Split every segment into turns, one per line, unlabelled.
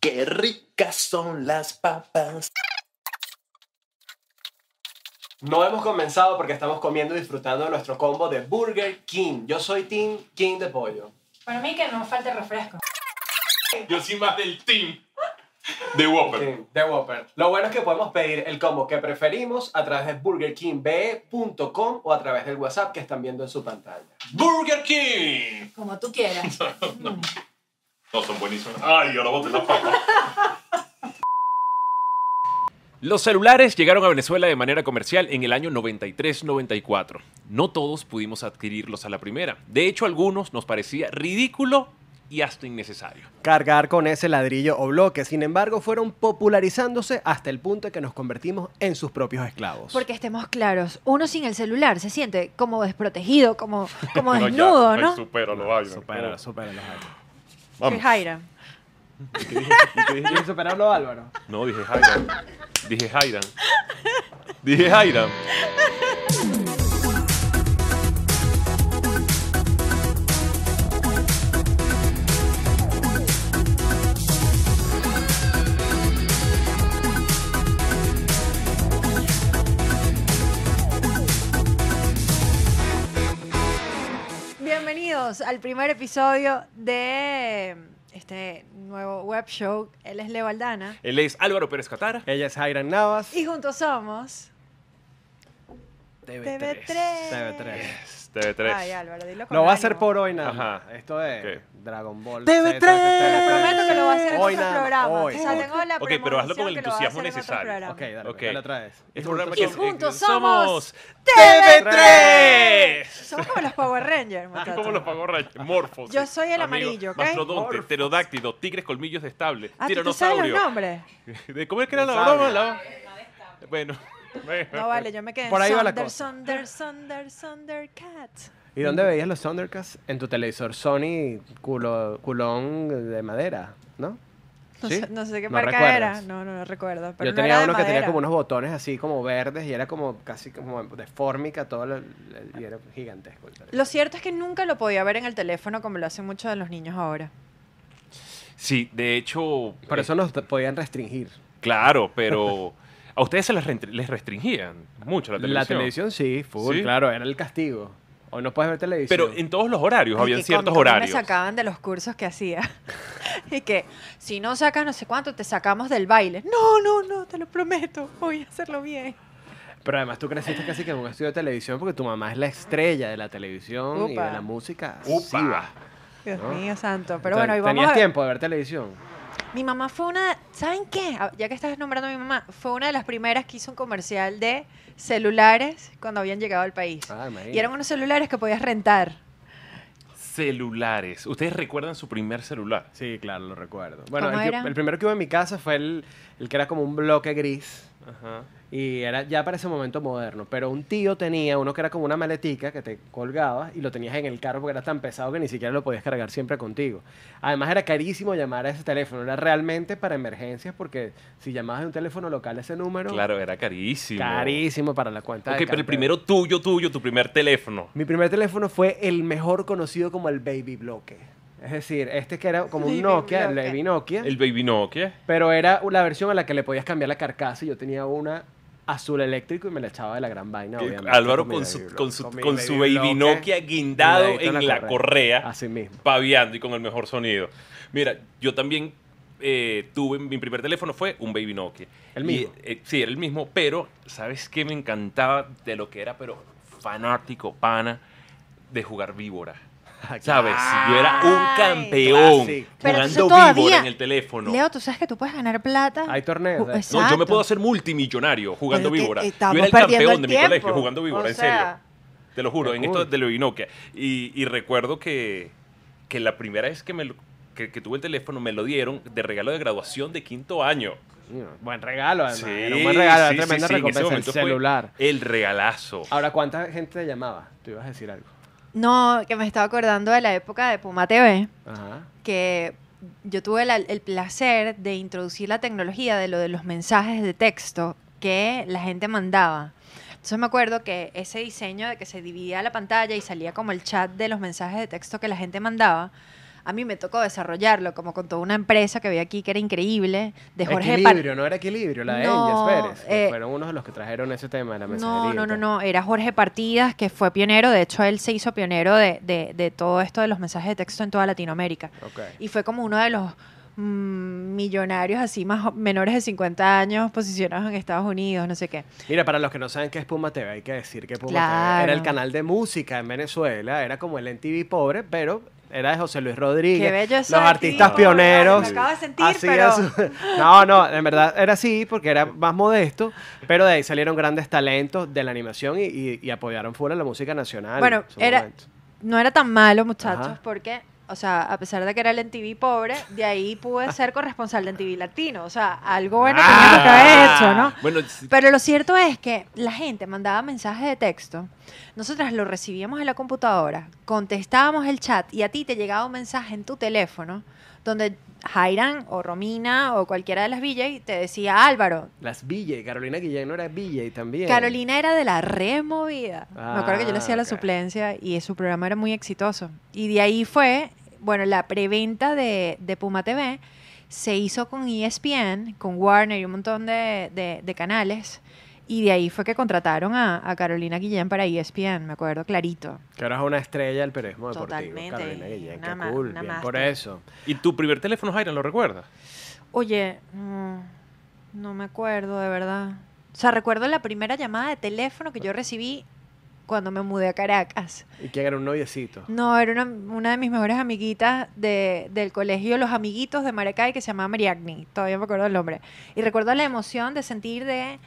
Qué ricas son las papas.
No hemos comenzado porque estamos comiendo y disfrutando de nuestro combo de Burger King. Yo soy Team King de pollo.
Para mí que no falte refresco.
Yo soy más del team de Whopper.
King de Whopper. Lo bueno es que podemos pedir el combo que preferimos a través de burgerkingbe.com o a través del WhatsApp que están viendo en su pantalla.
¡Burger King!
Como tú quieras. Mm.
No, son buenísimos. Ay, ahora boté la papa.
Los celulares llegaron a Venezuela de manera comercial en el año 93-94. No todos pudimos adquirirlos a la primera. De hecho, a algunos nos parecía ridículo y hasta innecesario.
cargar con ese ladrillo o bloque. Sin embargo, fueron popularizándose hasta el punto de que nos convertimos en sus propios esclavos.
Porque estemos claros, uno sin el celular se siente como desprotegido, como, como
No, ya,
desnudo,
ay,
¿no?
supéralo, vaina.
Supera, supera los Álvaro.
Vamos.
Jaira.
¿Quieres superarlo, Álvaro?
No, dije Jairan. Dije Jairan. Dije Jairan.
Bienvenidos al primer episodio de este nuevo web show. Él es Leo Aldana.
Él es Álvaro Pérez Catara.
Ella es Jairan Navas.
Y juntos somos
TV3.
TV3.
TV3.
Yes, TV3.
Ay, Álvaro, dilo con
No va a
ánimo.
ser por hoy nada.
Ajá.
Esto es
¿Qué?
Dragon Ball.
TV3.
Z, Z, Z.
Prometo que lo va a hacer en
Hoy
otro
nada,
programa.
hoy.
O sea, tengo la
Ok, pero hazlo con
premonición
el
que lo va a
entusiasmo
hacer en otro
necesario.
programa.
Ok, dale,
Ok.
dale otra vez.
Este programa
Y
que-
juntos
que-
somos
TV3.
Somos como los Power Rangers, muchachos.
¿Cómo los pagó Ray? Morfos.
Yo soy el
Amigo,
amarillo, ¿ok?
Mastodonte, pterodáctilo, tigres colmillos de estable,
Ah, ¿tú, tú sabes los
tiranosaurio.
nombres?
¿De cómo es que era la
Dinosaurio.
broma? La- Bueno.
No vale, yo me quedé en
Por ahí va la
Thunder,
cosa.
Thunder, Thunder, Thundercat.
¿Y dónde veías los Thundercats? En tu televisor Sony culo- culón de madera, ¿no?
No,
¿Sí?
sé, no sé qué
¿No
marca era.
recuerdas?
No, no, no recuerdo. Pero
Yo
no
tenía
era de
uno que tenía
madera.
como unos botones así como verdes y era como casi como de fórmica, todo lo- lo- y era gigantesco. el teléfono.
Lo cierto es que nunca lo podía ver en el teléfono como lo hacen muchos de los niños ahora.
Sí, de hecho.
Por
eh,
eso nos t- podían restringir.
Claro, pero. A ustedes se les, restri- les restringían mucho la televisión.
La televisión sí, full,
¿Sí?
claro, era el castigo. Hoy no puedes ver televisión.
Pero en todos los horarios,
Ay,
habían
qué
ciertos
cómico, a mí
horarios.
Me sacaban de los cursos que hacía. y que si no sacas no sé cuánto, te sacamos del baile. No, no, no, te lo prometo. Voy a hacerlo bien.
Pero además tú creciste casi que en un estudio de televisión porque tu mamá es la estrella de la televisión y
Upa.
de la música.
Upa.
Sí, va.
Dios
No.
mío santo. Pero
Te-
bueno, y vamos a
Ah. ¿Tenías
ver.
tiempo de ver televisión?
Mi mamá fue una, ¿saben qué? Ah, Ya que estás nombrando a mi mamá, fue una de las primeras que hizo un comercial de celulares cuando habían llegado al país.
Ah, imagínate.
y eran unos celulares que podías rentar.
Celulares. ¿Ustedes recuerdan su primer celular?
Sí, claro, lo recuerdo. Bueno,
¿Cómo
el, que-
era?
el primero que hubo en mi casa fue el, el que era como un bloque gris.
Ajá.
Y era ya para ese momento moderno. Pero un tío tenía uno que era como una maletica que te colgabas y lo tenías en el carro porque era tan pesado que ni siquiera lo podías cargar siempre contigo. Además era carísimo llamar a ese teléfono. Era realmente para emergencias porque si llamabas de un teléfono local ese número,
Claro, era carísimo.
carísimo para la cuenta.
Ok,
de
pero el
cartera.
primero tuyo, tuyo, tu primer teléfono.
Mi primer teléfono fue el mejor conocido como el Baby Bloque. Es decir, este que era como un
Baby
Nokia, el
Bloque.
Baby Nokia.
El Baby Nokia.
Pero era la versión a la que le podías cambiar la carcasa y yo tenía una azul eléctrico y me la echaba de la gran vaina.
Que-
obviamente,
Álvaro
mi
con
baby
su,
block.
con su,
mi
con su
baby
Baby
block,
Nokia
eh,
guindado
guindadito
en la correa.
Así mismo.
paviando y con el mejor sonido. Mira, yo también eh, tuve, mi primer teléfono fue un Baby Nokia.
¿El
Y,
mismo?
eh, sí, era el mismo, pero ¿sabes qué me encantaba de lo que era, pero fanático, pana, de jugar víbora? ¿Sabes?
Ah,
Yo era un
Ay,
campeón
clásico.
Pero
jugando
entonces todavía-
víbora en el teléfono.
Leo, tú sabes que tú puedes ganar plata.
Hay torneos,
Ju-
de hecho.
no, yo me
exacto.
puedo hacer multimillonario jugando
Pero que
víbora. Yo
estamos
era el
perdiendo
campeón
el
de mi
tiempo.
colegio jugando víbora,
O
en
sea,
serio. Te lo juro, en
Qué
esto
cool.
de lo Nokia. Y, y recuerdo que, que la primera vez que, me lo- que, que tuve el teléfono me lo dieron de regalo de graduación de quinto año.
Buen regalo, además. era un buen regalo, era tremenda
sí, en ese
recompensa. el
momento fue
celular.
El regalazo.
Ahora, ¿cuánta gente te llamaba? Tú ibas a decir algo.
No, que me estaba acordando de la época de Puma TV,
Ajá.
que yo tuve la- el placer de introducir la tecnología de lo de los mensajes de texto que la gente mandaba. Entonces me acuerdo que ese diseño de que se dividía la pantalla y salía como el chat de los mensajes de texto que la gente mandaba, a mí me tocó desarrollarlo, como con toda una empresa que había aquí que era increíble, de Este, Jorge Par-
equilibrio, no era equilibrio, la de
No,
Angels Pérez. que
eh,
fueron unos de los que trajeron ese tema de la mensajería.
No,
y
no, no,
tal.
no, era Jorge Partidas, que fue pionero, de hecho él se hizo pionero de, de- de todo esto de los mensajes de texto en toda Latinoamérica.
Ok.
Y fue como uno de los mm, millonarios así más jo- menores de 50 años posicionados en Estados Unidos, no sé qué.
Mira, para los que no saben qué es Puma TV, hay que decir que Puma TV
Claro.
era el canal de música en Venezuela, era como el NTV pobre, pero era de José Luis Rodríguez.
Qué bello eso
Los
de ti,
artistas
Jorge,
pioneros.
Me acabo de sentir,
hacía
pero...
su- No, no, en verdad era así porque era más modesto, pero de ahí salieron grandes talentos de la animación y, y- y apoyaron fuera la música nacional.
Bueno,
en su
era-
momento.
no era tan malo, muchachos,
Ajá.
porque, o sea, a pesar de que era el NTV pobre, de ahí pude ser corresponsal de NTV Latino. O sea, algo bueno tenía que
Ah.
haber hecho, ¿no?
Bueno, sí,
Pero lo cierto es que la gente mandaba mensajes de texto, nosotras lo recibíamos en la computadora, contestábamos el chat y a ti te llegaba un mensaje en tu teléfono donde Jairan o Romina o cualquiera de las VJ te decía, Álvaro,
Las Villay, Carolina Guillén no era Villay también.
Carolina era de la removida. Me acuerdo que yo le hacía
Ah,
la
ok.
suplencia y su programa era muy exitoso. Y de ahí fue, bueno, la preventa de, de Puma TV se hizo con E ESPN, con Warner y un montón de, de- de canales. Y de ahí fue que contrataron a, a Carolina Guillén para E ESPN, me acuerdo clarito.
Que ahora es una estrella del periodismo deportivo.
Totalmente,
Carolina Guillén,
una
qué
ma-
cool,
una
bien
máster.
por eso.
¿Y tu primer teléfono, Jairon, lo recuerdas?
Oye, no, no me acuerdo, de verdad. O sea, recuerdo la primera llamada de teléfono que yo recibí cuando me mudé a Caracas.
Y que era un noviecito.
No, era una, una de mis mejores amiguitas de- del colegio Los Amiguitos de Maracay que se llamaba Mariagni. Todavía me acuerdo el nombre. Y recuerdo la emoción de sentir de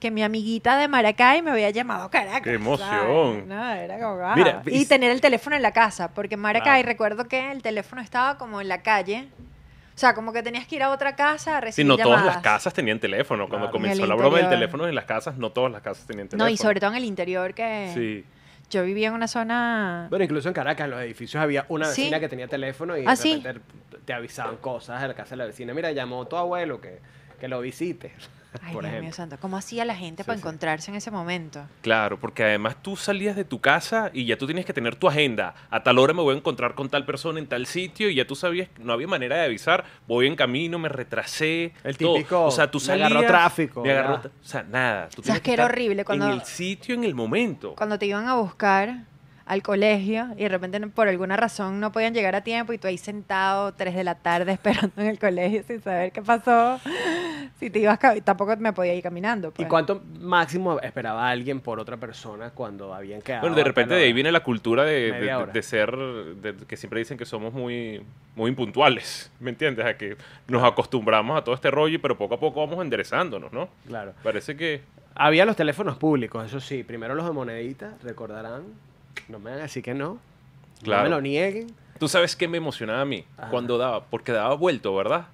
que mi amiguita de Maracay me había llamado Caracas.
¡Qué emoción!
¿sabes? No, era como, wow.
Mira,
y
es-
tener el teléfono en la casa, porque en Maracay
Claro.
recuerdo que el teléfono estaba como en la calle. O sea, como que tenías que ir a otra casa a
Sí,
recibir
no todas las
llamadas.
casas tenían teléfono. Cuando
Claro.
En
comenzó
el
la broma del
interior.
teléfono en las casas, no todas las casas tenían teléfono.
No, y sobre eh, todo en el interior que
Sí.
yo vivía en una zona...
Bueno, incluso en Caracas, en los edificios, había una
Sí.
vecina que tenía teléfono y de
Ah, sí.
repente te avisaban cosas de la casa de la vecina. Mira, llamó tu abuelo que, que lo visite.
Ay,
por
Dios mío
ejemplo.
santo, ¿cómo hacía la gente
Sí,
para
sí.
encontrarse en ese momento?
Claro, porque además tú salías de tu casa y ya tú tienes que tener tu agenda. A tal hora me voy a encontrar con tal persona en tal sitio y ya tú sabías, que no había manera de avisar. Voy en camino, me retrasé.
El
todo.
típico,
O sea, tú
me agarró
salías.
tráfico,
me agarró
ya.
tra- o sea, nada. Tú
¿Sabes
tienes
qué era
estar
horrible? Cuando-
En el sitio, en el momento.
cuando te iban a buscar al colegio y de repente no- por alguna razón no podían llegar a tiempo y tú ahí sentado 3 de la tarde esperando en el colegio sin saber qué pasó. Si te ibas ca- tampoco me podía ir caminando.
¿Y
pues.
cuánto máximo esperaba alguien por otra persona cuando habían quedado?
Bueno, de
a tal
repente de ahí
hora?
viene la cultura de,
Media
de- de-
hora.
de ser, de- que siempre dicen que somos muy, muy impuntuales, ¿me entiendes? A que nos acostumbramos a todo este rollo, pero poco a poco vamos enderezándonos, ¿no?
Claro.
Parece que...
Había los teléfonos públicos, eso sí. Primero los de monedita, recordarán. No me van a decir que no. No
Claro.
me lo nieguen.
¿Tú sabes qué me emocionaba a mí?
Ajá.
Cuando daba, porque daba vuelto, ¿verdad?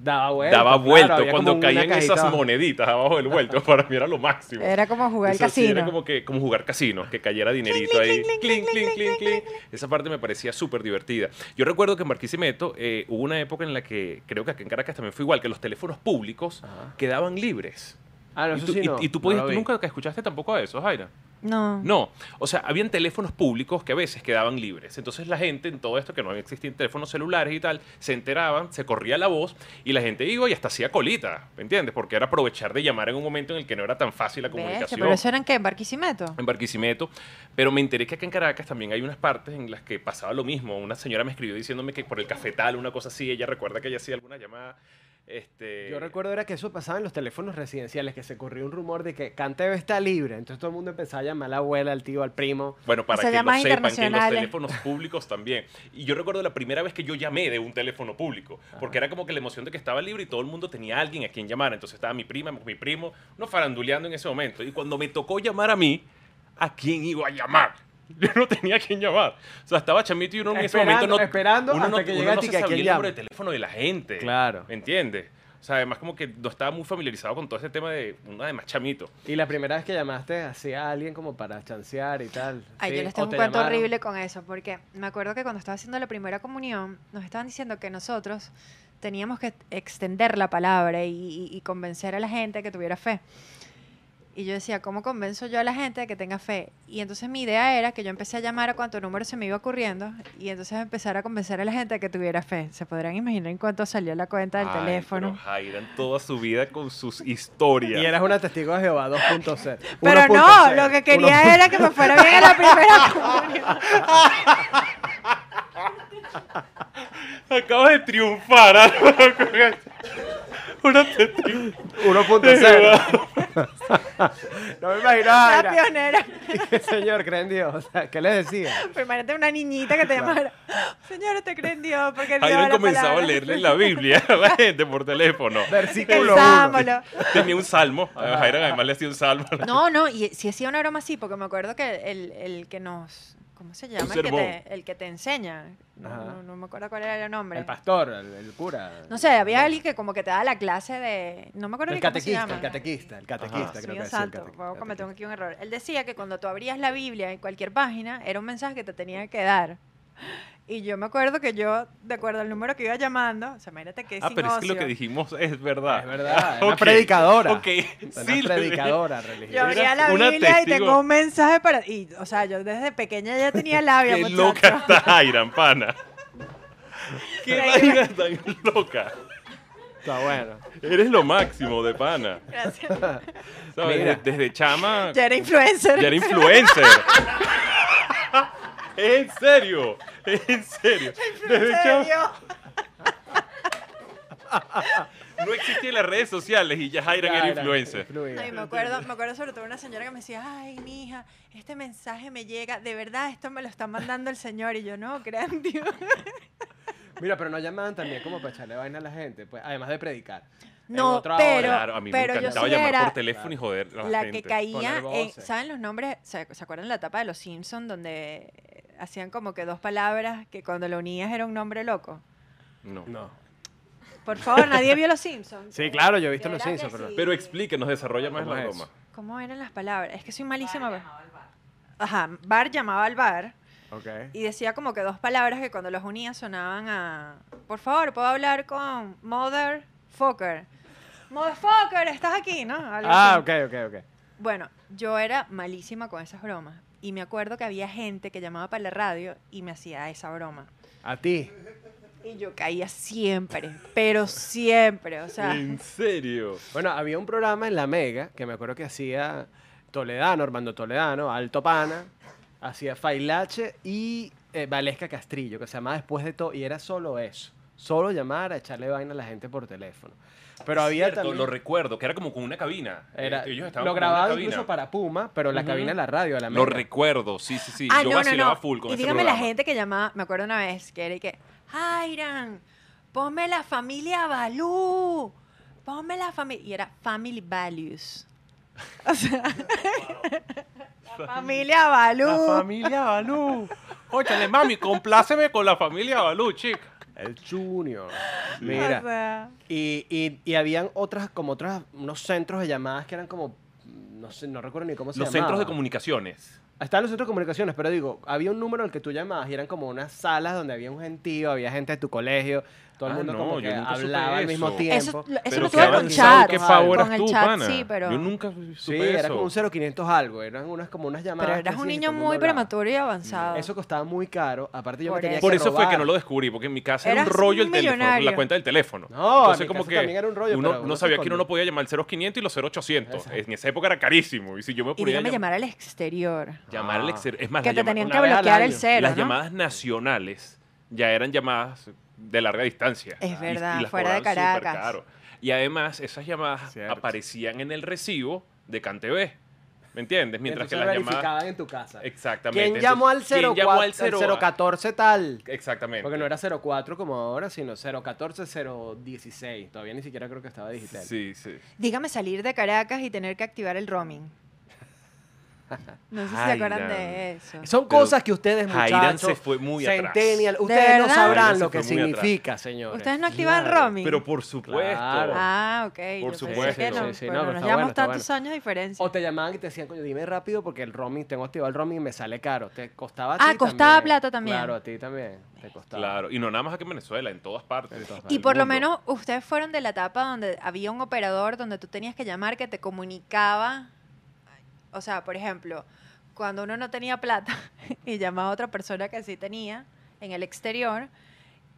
Daba vuelto.
daba
claro,
vuelto,
había
cuando
como una
caían esas
cajita abajo.
moneditas abajo del vuelto, para mí era lo máximo.
Era como jugar al
Eso sí,
casino.
era como, que, como jugar casino, que cayera dinerito ahí. Clink, clink, clink, clink. Esa parte me parecía súper divertida. Yo recuerdo que en Barquisimeto eh, hubo una época en la que, creo que aquí en Caracas también fue igual, que los teléfonos públicos
Ajá.
quedaban libres.
Ah, no,
y,
eso
tú,
sí
y-
no,
y tú
no
podías-
lo
tú
vi.
nunca escuchaste tampoco a eso, Jaira.
No.
No, o sea, habían teléfonos públicos que a veces quedaban libres. Entonces la gente en todo esto, que no existían teléfonos celulares y tal, se enteraban, se corría la voz y la gente iba y hasta hacía colita, ¿me entiendes? Porque era aprovechar de llamar en un momento en el que no era tan fácil la
Bestia,
comunicación
pero eso eran qué, en Barquisimeto.
en Barquisimeto, pero me enteré que acá en Caracas también hay unas partes en las que pasaba lo mismo. Una señora me escribió diciéndome que por el cafetal, una cosa así, ella recuerda que ella hacía alguna llamada. Este,
Yo recuerdo era que eso pasaba en los teléfonos residenciales, que se corrió un rumor de que Canteo está libre. Entonces todo el mundo empezaba a llamar a la abuela, al tío, al primo.
Bueno, para
sea,
que lo
llamadas
sepan, que en los
internacionales.
teléfonos públicos también. Y yo recuerdo la primera vez que yo llamé de un teléfono público, porque era como que la emoción de que estaba libre y todo el mundo tenía a alguien a quien llamar. Entonces estaba mi prima, mi primo, no faranduleando en ese momento. Y cuando me tocó llamar a mí, ¿a quién iba a llamar? Yo no tenía a quién llamar. O sea, estaba chamito y uno en ese
Esperando,
momento no.
esperando
uno
hasta
no,
que
uno
llegara
no
y
se
que a
sabía
quién
el número de
llamo.
teléfono de la gente.
Claro.
¿Me entiendes? O sea, además como que no estaba muy familiarizado con todo ese tema de uno además chamito.
Y la primera vez que llamaste así a alguien como para chancear y tal.
Ay,
¿sí?
yo les
O
tengo un
te
cuento
llamaron.
horrible con eso, porque me acuerdo que cuando estaba haciendo la primera comunión, nos estaban diciendo que nosotros teníamos que extender la palabra y, y- y convencer a la gente que tuviera fe. Y yo decía, ¿cómo convenzo yo a la gente de que tenga fe? Y entonces mi idea era que yo empecé a llamar a cuánto número se me iba ocurriendo y entonces empezar a convencer a la gente de que tuviera fe. Se podrán imaginar en cuánto salió la cuenta del
Ay,
teléfono.
pero Jairan toda su vida con sus historias.
Y eras una testigo de Jehová 2.0.
Pero,
1.0,
no, lo que quería
1.0.
era que me fuera bien en la primera comunión.
Acabas de triunfar. ¿ah? Una testigo.
1.0. no me imagino a
La
Aira.
pionera.
Señor, creen Dios. O sea, ¿Qué les decía?
Pero imagínate una niñita que te llamara. Señor, te creen Dios, porque Dios
Jairan
la
comenzaba
palabra.
a leerle la Biblia a la gente por teléfono.
Versículo 1.
Pensámoslo.
Tenía un salmo. A Jairan además le hacía un salmo.
No, no, y si hacía una broma así, porque me acuerdo que el, el que nos. ¿Cómo se llama? El que,
sermón.
te, el que te enseña. No,
Ajá.
no- no me acuerdo cuál era el nombre.
El pastor, el, el cura.
No sé, había alguien que como que te daba la clase de. No me acuerdo
El
ni cómo se
catequista,
llama.
el catequista, el catequista,
Dios
creo
mío
que es el
santo,
cate-
voy a cometer
catequista.
aquí un error. Él decía que cuando tú abrías la Biblia en cualquier página, era un mensaje que te tenía que dar. Y yo me acuerdo que yo, de acuerdo al número que iba llamando, o sea, imagínate que
Ah,
sin
pero es que lo
ocio.
que dijimos es
Es
verdad.
verdad, es una
Ah, Ok,
predicadora.
Ok.
Una
Sí, lo-
predicadora
Yo
religiosa.
abría la
una
Biblia y
testigo.
tengo un mensaje para... Y, o sea, yo desde pequeña ya tenía labia,
Qué
muchacho.
loca está Jairan, pana. Qué
Increíble.
Jairan tan loca.
Está bueno.
Eres lo máximo de pana.
Gracias.
¿Sabes?
Mira.
De- Desde chama
Ya era influencer.
ya era influencer. en serio, en serio. Desde chama-
Serio.
no existían las redes sociales y ya Jairan era
Claro,
influencer.
influida.
Ay, me acuerdo, me acuerdo sobre todo una señora que me decía, ay, mija, este mensaje me llega, de verdad, esto me lo está mandando el Señor. Y yo, no, crean Dios.
Mira, pero no llamaban también como para echarle vaina a la gente, pues, además de predicar. En
No,
otra
pero,
Claro, a mí
pero
me
yo
encantaba
sí
llamar
era
por teléfono y joder a la,
la
gente.
que caía
Poner
en,
voces.
¿saben los nombres? ¿Se, se acuerdan la etapa de Los Simpsons donde eh, hacían como que dos palabras que cuando lo unías era un nombre loco?
No.
No.
Por favor, nadie vio Los Simpsons.
Sí, claro, yo he visto
¿De
los
verdad
Simpsons,
que
pero...
sí?
Pero explíquenos, desarrolla más
¿Cómo
la
es
broma.
¿Cómo eran las palabras? Es que soy malísima. pa- Ajá, bar llamaba al bar
Ok.
y decía como que dos palabras que cuando los unías sonaban a... Por favor, ¿puedo hablar con Motherfucker? Motherfucker, estás aquí, ¿no? Algo
Ah,
así.
ok, ok, ok.
Bueno, yo era malísima con esas bromas. Y me acuerdo que había gente que llamaba para la radio y me hacía esa broma.
A ti.
Y yo caía siempre, pero siempre. O sea,
En serio.
Bueno, había un programa en La Mega que me acuerdo que hacía Toledano, Armando Toledano, Alto Pana, hacía Failache y eh, Valesca Castrillo, que se llamaba Después de todo, y era solo eso. Solo llamar a echarle vaina a la gente por teléfono. Pero había
Cierto,
también...
Lo recuerdo, que era como con una cabina. Eh,
Era,
Ellos estaban
lo
como en una
grababa
cabina.
incluso para Puma, pero en la cabina de la radio, de la
Lo
Mega.
recuerdo, sí, sí, sí.
ah,
Yo
no, no,
vacilaba
no.
full con
y
ese
dígame la
programa.
gente que llamaba, me acuerdo una vez que era y que, Jairan, ponme la familia Balú, ponme la familia. Y era Family Values. O sea, la familia Balú.
La familia Balú. Óchale, mami, compláceme con la familia Balú, chica.
El Junior.
O
Mira.
sea,
Y, y, y habían otras, como otras, unos centros de llamadas que eran como, no sé, no recuerdo ni cómo se
Los
llamaban.
centros de comunicaciones.
Estaban los centros de comunicaciones, pero digo, había un número al que tú llamabas y eran como unas salas donde había un gentío, había gente de tu colegio, todo el
Ah,
mundo
no,
como
yo
que
nunca supe
hablaba al
eso.
mismo
Eso-
tiempo.
eso lo- eso
Pero
lo
qué
tuve con
avanzado,
chat.
qué favor
Con
eras
el
tú,
chat,
pana.
sí, pero-
Yo nunca
Sí,
supe
era
eso.
como un 0500 algo, eran unas como unas llamadas.
pero eras
que
un
sí,
niño
todo el mundo
muy
hablaba.
prematuro y avanzado.
Eso costaba muy caro, aparte yo me
Por
tenía
eso.
que
Por eso fue que
robar.
no lo descubrí, porque en mi casa era un
Eras
rollo el
un
teléfono, la
millonario.
cuenta del teléfono.
No,
Entonces
en mi
como
casa
que
también era un rollo,
uno,
pero
no
uno se
sabía que uno
escondía.
no podía llamar el 0500 y los 0800.
Exacto.
En esa época era carísimo. Y si yo me
y
pudiera
dígame llamar al exterior.
llamar
Ah.
al exterior, es más,
que
la
te
llama-
tenían
una
que
vez al
bloquear el
año.
cero.
las
¿no?
llamadas nacionales ya eran llamadas de larga distancia.
Es
Y-
verdad,
y las
fuera de
cobraban súper
Caracas.
caro. Y además, esas llamadas
Cierto.
aparecían en el recibo de CanTV. ¿Me entiendes? Mientras
Entonces
que las
verificaban
llamadas.
en tu casa.
Exactamente.
¿Quién llamó al
Entonces, ¿quién llamó al
04
cero-
014 tal?
Exactamente.
Porque no era 04 como ahora, sino 014 016. Todavía ni siquiera creo que estaba digital.
Sí, sí.
Dígame salir de Caracas y tener que activar el roaming. No sé si se
Ay,
acuerdan de
Dan.
eso.
Son
Pero
cosas que ustedes,
Jairán
muchachos,
se fue muy atrás.
centennial, ustedes no
verdad?
sabrán
Jairán
lo
se
que
fue muy atrás.
significa, señores.
Ustedes no activan roaming.
Pero por supuesto.
Claro.
Ah, ok.
Por
yo pensé
supuesto.
que no,
Sí, sí, no,
bueno,
pero está
nos llevamos
bueno, está
tantos años de diferencia.
O te llamaban y te decían, coño, dime rápido porque el roaming, tengo activado el roaming y me sale caro. Te costaba a
Ah,
ti
costaba
también.
plata también.
Claro, a ti también. Te costaba.
Claro. Y no nada más aquí en Venezuela, en todas partes.
En todas
y
partes.
por lo
mundo.
menos ustedes fueron de la etapa donde había un operador donde tú tenías que llamar que te comunicaba o sea, por ejemplo, cuando uno no tenía plata y llamaba a otra persona que sí tenía en el exterior,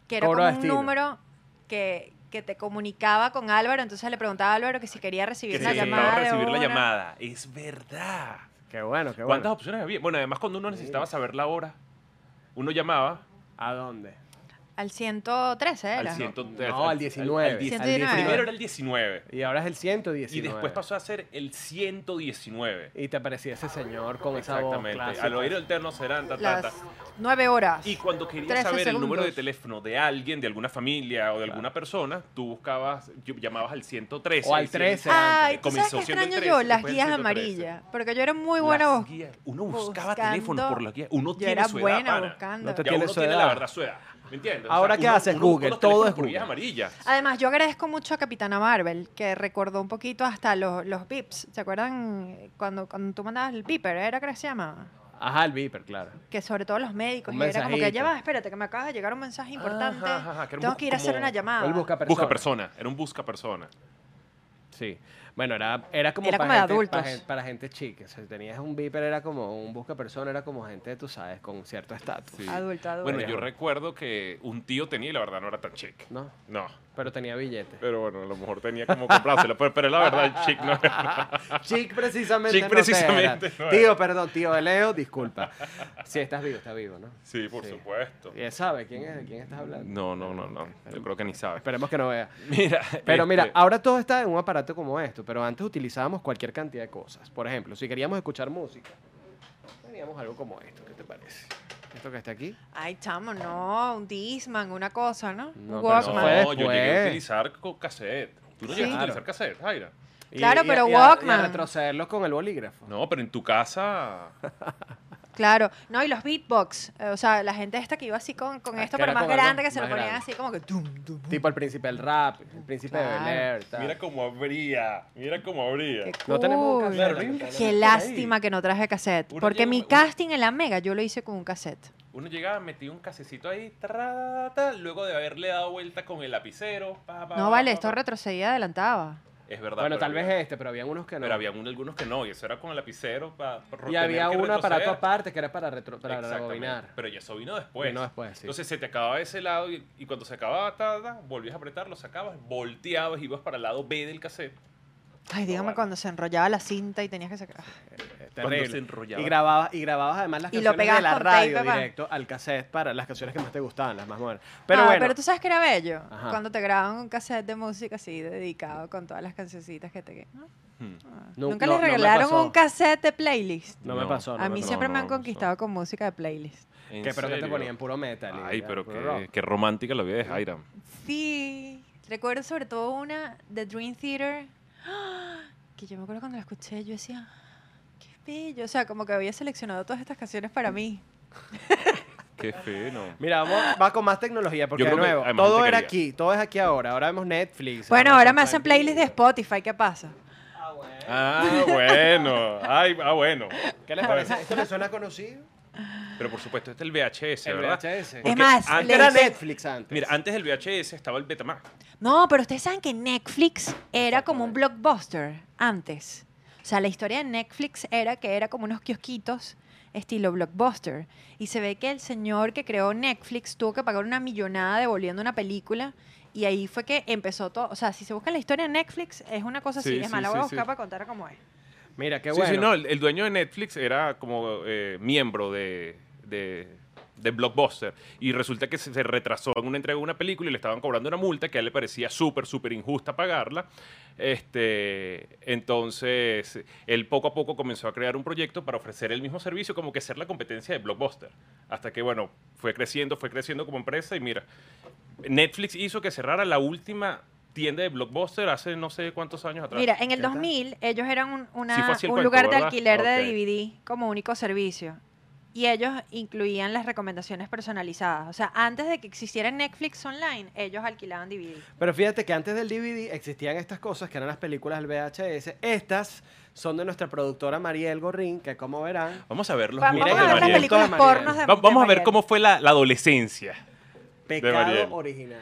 que era
Cobro
como un
destino.
número que, que te comunicaba con Álvaro, entonces le preguntaba a Álvaro que si quería recibir
Que
la
se
llamada.
intentaba
de
recibir la
una.
llamada. Es verdad.
Qué bueno, qué
¿Cuántas
bueno.
opciones había? Bueno, además cuando uno necesitaba saber la hora, uno llamaba
¿A dónde?
Al 113 era.
al 113.
No, al 19.
al 10.
119.
Primero era el 19.
Y ahora es el 119.
Y después pasó a ser el 119.
Y te aparecía ese señor con esa voz
Exactamente.
clásica.
Al oír el terno serán ta, ta, ta.
Las nueve horas.
Y cuando querías
13
saber el
segundos.
número de teléfono de alguien, de alguna familia o de alguna persona, tú buscabas, yo- llamabas al 113.
O al 13.
Ay, ¿tú sabes
eh, Comenzó
qué
siendo el
extraño
13,
yo? Las
después el
guías
113.
amarillas. Porque yo era muy buena
Las
voz.
guías. Uno buscaba
buscando-
teléfono por las guías. Uno
Yo
tiene
era
su edad,
buena
pana.
buscando.
No te
Ya
tiene
uno
su
tiene
edad.
la verdad su edad. ¿Me entiendes?
Ahora, ¿qué
uno-
haces,
uno busca
Google?
los
Todo
teléfonos
es
por vías
Google.
amarillas.
Además, yo agradezco mucho a Capitana Marvel, que recordó un poquito hasta los, los bips. ¿Se acuerdan cuando, cuando tú mandabas el beeper? ¿Era que se llamaba?
Ajá, el Viper, claro.
Que sobre todo los médicos.
Un
y era como que, ya
mensajito.
va, espérate, que me acaba de llegar un mensaje importante.
ajá, ajá, que era un
Tengo
bus-
que ir a hacer
como-
una llamada.
O el busca persona.
Busca persona. Era un busca persona.
Sí. Bueno, era, era como,
Era
para,
como de
gente,
adultos.
Para, gen- para gente chica. Si tenías un Viper, era como un busca persona, era como gente, tú sabes, con cierto estatus.
Sí.
Adulto, adulto.
Bueno, yo recuerdo que un tío tenía y la verdad no era tan chic.
¿No?
No.
Pero tenía billete.
Pero bueno, a lo mejor tenía como comprárselo. Pero, pero la verdad, chic no era.
Chic precisamente.
Chic
no te era.
precisamente no era.
tío, perdón, tío Leo, disculpa. Si estás vivo, estás vivo, ¿no?
Sí, por
Sí.
supuesto.
Y él sabe quién es, de quién estás hablando.
No, no, no, no. Yo creo que ni sabes.
Esperemos que no vea.
Mira,
Pero mira,
este,
ahora todo está en un aparato como esto, pero antes utilizábamos cualquier cantidad de cosas. Por ejemplo, si queríamos escuchar música, teníamos algo como esto, ¿qué te parece? Esto que está aquí.
Ay, chamo, no. Un Disman, una cosa, ¿no? Un
No, pero
no,
Walkman.
fue
yo llegué a
después.
utilizar co- cassette. ¿Tú no
Sí.
llegaste a
Claro.
utilizar cassette, Jaira?
Y-
Claro,
y-
pero
y a- y a
Walkman.
retrocederlo con el bolígrafo.
No, pero en tu casa.
Claro, no, y los beatbox, eh, o sea, la gente esta que iba así con, con
Ah,
esto,
que era
pero más
con algo
grande, que se lo
más
ponían
grande.
así como que... tum, tum, tum.
Tipo el príncipe del rap, el príncipe
Claro.
de Bel Air, tal.
Ah.
Mira cómo abría. Mira cómo abría.
Qué
No tenemos un
cool.
cassette,
Claro,
no
Qué
ahí.
lástima que no traje cassette,
Uno
porque
llega-
mi
uno-
casting en la mega yo lo hice con un cassette.
Uno llegaba, metía un casecito ahí, tarra, ta, luego de haberle dado vuelta con el lapicero. pa, pa,
No
pa,
vale,
pa,
esto
pa.
retrocedía y adelantaba.
Es verdad.
Bueno,
pero
tal vez
había-
este, pero había unos que no.
Pero había un- algunos que no, y eso era con el lapicero para
y había un aparato aparte que era para, retro, para rebobinar.
Pero ya eso vino después.
Vino después, sí.
Entonces se te acababa ese lado y, y cuando se acababa, ta, ta, volvías a apretar, lo sacabas, volteabas, ibas para el lado B del cassette.
Ay, dígame
vale.
cuando se enrollaba la cinta y tenías que sacar...
Terrible.
se enrollaba.
Y grababas, y grababas además las
Y lo
canciones de
pegabas
la
con tape,
radio
papá.
directo al cassette para las canciones que más te gustaban, las más modernas. Pero
Ah,
bueno,
pero tú sabes que era bello,
Ajá.
cuando te grababan un cassette de música así, dedicado con todas las cancioncitas que te... ¿no?
Hmm.
Ah,
No,
Nunca
no,
les
no me
regalaron
pasó.
un cassette de playlist.
no, me
No.
pasó. no
A
me
mí
pasó.
siempre me
no,
han
no.
conquistado con música de playlist.
¿En
Que pero que te
serio?
ponían puro metal. y
Ay,
ya,
pero
puro
qué,
rock.
qué romántica la vida de Jaira.
Sí, recuerdo sobre todo una de Dream Theater, ¡ah! que yo me acuerdo cuando la escuché, yo decía, qué bello, o sea, como que había seleccionado todas estas canciones para mí.
Qué feo.
Mira, vamos, va con más tecnología, porque
Yo
de
creo que
nuevo,
además
todo
te
era
quería.
aquí, todo es aquí ahora. Ahora vemos Netflix.
Bueno,
Amazon
ahora me hacen
Prime
playlists de
Video.
Spotify, ¿qué pasa?
Ah, bueno. Ay, ah, bueno.
¿Qué les parece? ¿Esto les suena conocido?
Pero por supuesto, este es el VHS,
El
¿verdad?
VHS.
Es
Porque
más,
antes
le-
Era Netflix antes.
Mira, antes del VHS estaba el Betamax.
No, pero ustedes saben que Netflix era como un blockbuster antes. O sea, la historia de Netflix era que era como unos kiosquitos estilo blockbuster. Y se ve que el señor que creó Netflix tuvo que pagar una millonada devolviendo una película. Y ahí fue que empezó todo. O sea, si se busca la historia de Netflix, es una cosa
Sí,
así. Es
sí,
más, la voy a
sí,
buscar
sí.
para contar cómo es.
Mira, qué
sí,
bueno.
sí, no, el, el dueño de Netflix era como eh, miembro de, de, de Blockbuster y resulta que se, se retrasó en una entrega de una película y le estaban cobrando una multa que a él le parecía súper, súper injusta pagarla. Este, entonces, él poco a poco comenzó a crear un proyecto para ofrecer el mismo servicio, como que ser la competencia de Blockbuster. Hasta que, bueno, fue creciendo, fue creciendo como empresa y mira, Netflix hizo que cerrara la última tienda de Blockbuster hace no sé cuántos años atrás.
Mira, en el
¿Qué tal?
2000 ellos eran un, una-
Sí fue así el
un
cuento,
lugar de
¿verdad?
alquiler
Ah, ok.
de DVD como único servicio. Y ellos incluían las recomendaciones personalizadas. O sea, antes de que existiera Netflix online, ellos alquilaban DVD.
Pero fíjate que antes del DVD existían estas cosas que eran las películas del VHS. Estas son de nuestra productora Mariel Gorrín, que como verán,
Vamos a ver los
Va-
gustos
vamos
de
a ver las
Mariel.
Mariel.
películas
Todas de Mariel.
pornos de
Va- vamos a
de
ver
Mariel.
cómo fue la, la adolescencia.
Pecado
Mariel.
original.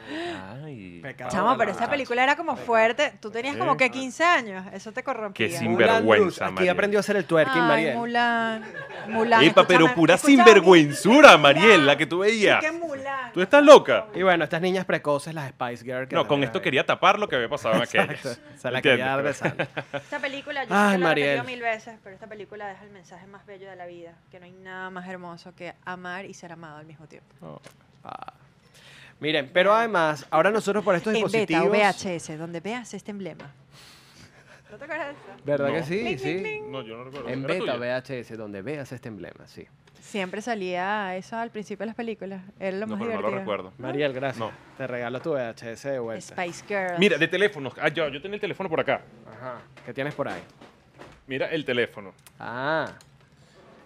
Ay.
Pecado
Chamo, pero
original.
esa película era como fuerte. Tú tenías como que 15 años. Eso te corrompía.
Que sin-
Moulin
Sinvergüenza,
Rouge. Aquí
Mariel.
aprendió a hacer el twerking,
Ay,
Mariel.
Mulan. Mulan.
Epa, pero
escúchame,
pura
escúchame.
sinvergüenzura, Mariel, la que tú veías.
Sí, que Mulan.
¿Tú estás loca?
Y bueno, estas niñas precoces, las Spice Girls. que
No, con
también
esto
hay.
quería tapar lo que había pasado en aquellas.
Se la
¿Entiendes?
quería dar de sal.
Esta película, yo
Ay,
sé que la he repetido
Mariel.
mil veces, pero esta película deja el mensaje más bello de la vida, que no hay nada más hermoso que amar y ser amado al mismo tiempo.
Miren, pero además, ahora nosotros por estos
En beta o
dispositivos...
VHS, donde veas este emblema. ¿No te acuerdas de eso?
¿Verdad
No.
que sí?
Cling,
sí.
cling, cling.
No, yo no recuerdo.
En
¿Era
beta
tuya?
o VHS, donde veas este emblema, sí.
Siempre salía eso al principio de las películas. Era lo
No,
más
pero no
divertido.
lo recuerdo.
Mariel, gracias.
No.
Te regalo tu VHS de vuelta.
Spice Girls.
Mira, de teléfonos. Ah, yo, yo tenía el teléfono por acá.
Ajá. ¿Qué tienes por ahí?
Mira el teléfono.
Ah.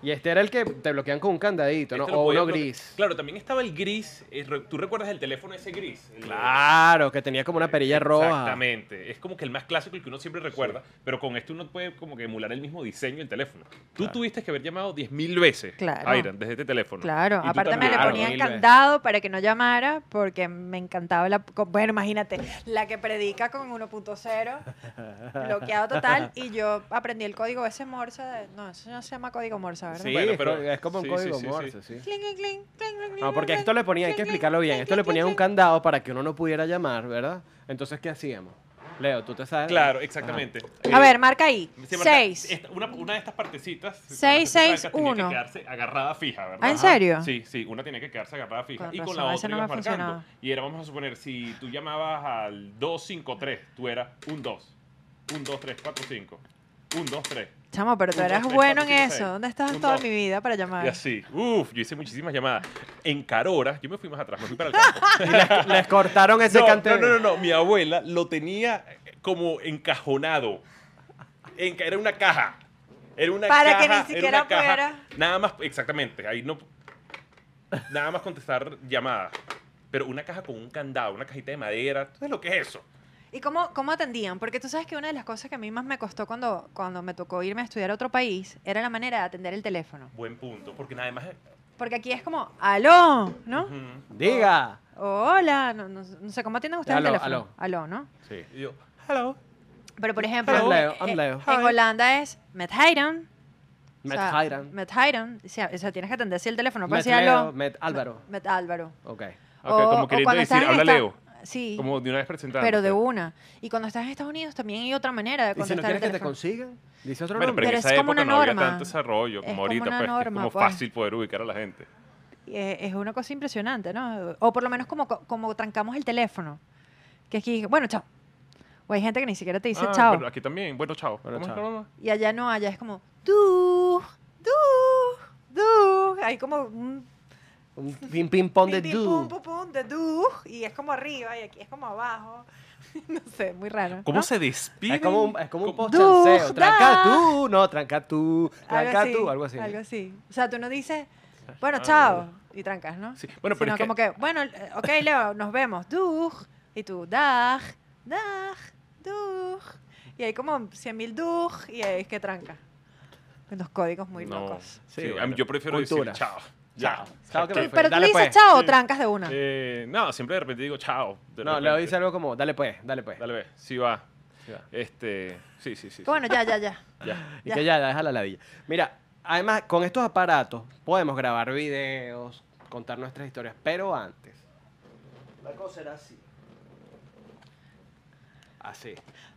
Y este era el que te bloquean con un candadito, ¿no?
Este lo
O
podía
uno
bloque-
gris.
Claro, también estaba el gris. eh, re- ¿Tú recuerdas el teléfono ese gris? El-
Claro, que tenía como una perilla roja.
Exactamente. Es como que el más clásico, el que uno siempre recuerda. Pero con este uno puede como que emular el mismo diseño del teléfono. Tú tuviste que haber llamado 10.000 veces
Claro.
a Iran desde este teléfono.
Claro,
Y tú
aparte me
también.
le
Claro,
ponían
mil veces.
candado para que no llamara porque me encantaba la... co- Bueno, imagínate, la que predica con 1.0, bloqueado total, y yo aprendí el código ese Morse. de- no, eso no se llama código Morse, ¿verdad?
Sí,
Bueno,
es
pero-
co- es como un
sí, sí,
código
sí, sí.
Morse, sí.
Cling, cling, cling, cling, cling,
No, porque
cling,
esto le ponían, hay que
cling, cling,
explicarlo bien,
cling,
esto le
cling,
ponían un
cling,
candado para que uno no pudiera llamar, ¿verdad? Entonces, ¿qué hacíamos? Leo, tú te sabes.
Claro, exactamente.
cling. A ver, marca ahí.
Se marca
6.
esta- una, una de estas partecitas.
Seis,
con las
seis,
blancas, tenía que
uno.
quedarse agarrada fija, ¿verdad?
Ah, ¿en serio?
Sí, sí, una tenía que quedarse agarrada fija.
Con
y con
razón,
la
esa
otra
no
ibas
me
marcando.
funcionaba.
Y era, vamos a suponer, si tú llamabas al 253, tú eras un 2. 1, 2, 3, 4, 5. 1, 2, 3.
Chamo, pero tú
Un, dos,
eras
tres,
bueno en
cuatro, cinco,
eso.
seis.
¿Dónde estabas
Un,
toda
dos.
mi vida para
Y
llamar?
así. Uf, yo hice muchísimas llamadas. En Carora, yo me fui más atrás, me fui para el campo.
Les cortaron ese
no,
cante.
no, no, no, no, mi abuela lo tenía eh, como encajonado. Enca- era una caja. Era una
Para
caja.
que ni
era
siquiera
una caja.
fuera.
Nada más, exactamente, ahí no. Nada más contestar llamadas. Pero una caja con un candado, una cajita de madera. ¿Tú sabes lo que es eso?
¿Y cómo, cómo atendían? Porque tú sabes que una de las cosas que a mí más me costó cuando, cuando me tocó irme a estudiar a otro país era la manera de atender el teléfono.
Buen punto, porque nada más.
Porque aquí es como, aló, ¿no?
Ujú.
Diga.
O, Hola, no, no- no sé, ¿cómo atienden ustedes
Aló,
el teléfono?
aló.
¿no?
Sí. Y yo,
Pero, por ejemplo,
I'm Leo,
eh,
I'm Leo.
en
Hi.
Holanda es met heiren. O
Met
sea,
Hiram.
Met heiren. O sea, o sea, tienes que atender si el teléfono. Puedes
Met
decir
Leo,
aló.
Met Álvaro.
Met Álvaro.
Ok.
Ok, como queriendo
cuando
decir,
estás en
habla
esta-
Leo.
Sí,
Como de una vez presentando.
pero de una. Y cuando estás en Estados Unidos también hay otra manera de
Y si no
contestar el
quieres que te
teléfono.
consigan, dice otro
Bueno, pero
nombre.
en
Pero es
esa
como
época
una
no había
norma.
tanto desarrollo
Es
como
como
ahorita,
una
pues, que es
norma,
como
pues.
fácil poder ubicar a la gente.
eh, es una cosa impresionante, ¿no? O por lo menos como, co- como trancamos el teléfono. Que aquí, bueno, chao. O hay gente que ni siquiera te dice
Ah,
chao.
pero Aquí también, bueno, chao.
Bueno,
¿Cómo es
chao.
la mamá?
Y allá no, allá es como, tú, tú, tú. Hay como un
Un ping ping pong de
pim, pim, pum,
dude.
pum, pum, de tú. Y es como arriba y aquí es como abajo. no sé, muy raro.
¿Cómo
¿no?
se despide?
Es como un, es como un
¿Cómo-
pochanceo.
Duh,
Tranca
da.
tú, no, tranca tú, tranca tú, algo así.
Algo así. O sea, tú no dices, bueno, chao. Y trancas, ¿no?
Ah, Sí, bueno,
Sino
pero es que-
como que, bueno, eh, ok, Leo, nos vemos. Duj. Y tú, daj, daj, duj. Y hay como 100.000 duj y ahí es que tranca. Unos códigos muy
No,
locos.
Sí,
sí, a mí-
bueno.
yo prefiero
Cultura.
decir chao.
Chao.
Ya.
Chao, que
Sí.
me fue.
Pero tú
Dale,
le dices
pues.
chao o
Sí.
trancas de una.
Eh, no, siempre de repente digo chao. de
No,
repente.
Leo dice algo como, dale pues, dale pues.
Dale, ve, sí va.
Sí va.
Este, sí, sí, sí. sí.
Bueno, ya, ya, ya.
Ya.
Y
Ya.
que ya, ya, deja la ladilla. Mira, además, con estos aparatos podemos grabar videos, contar nuestras historias, pero antes. La cosa era así. Así.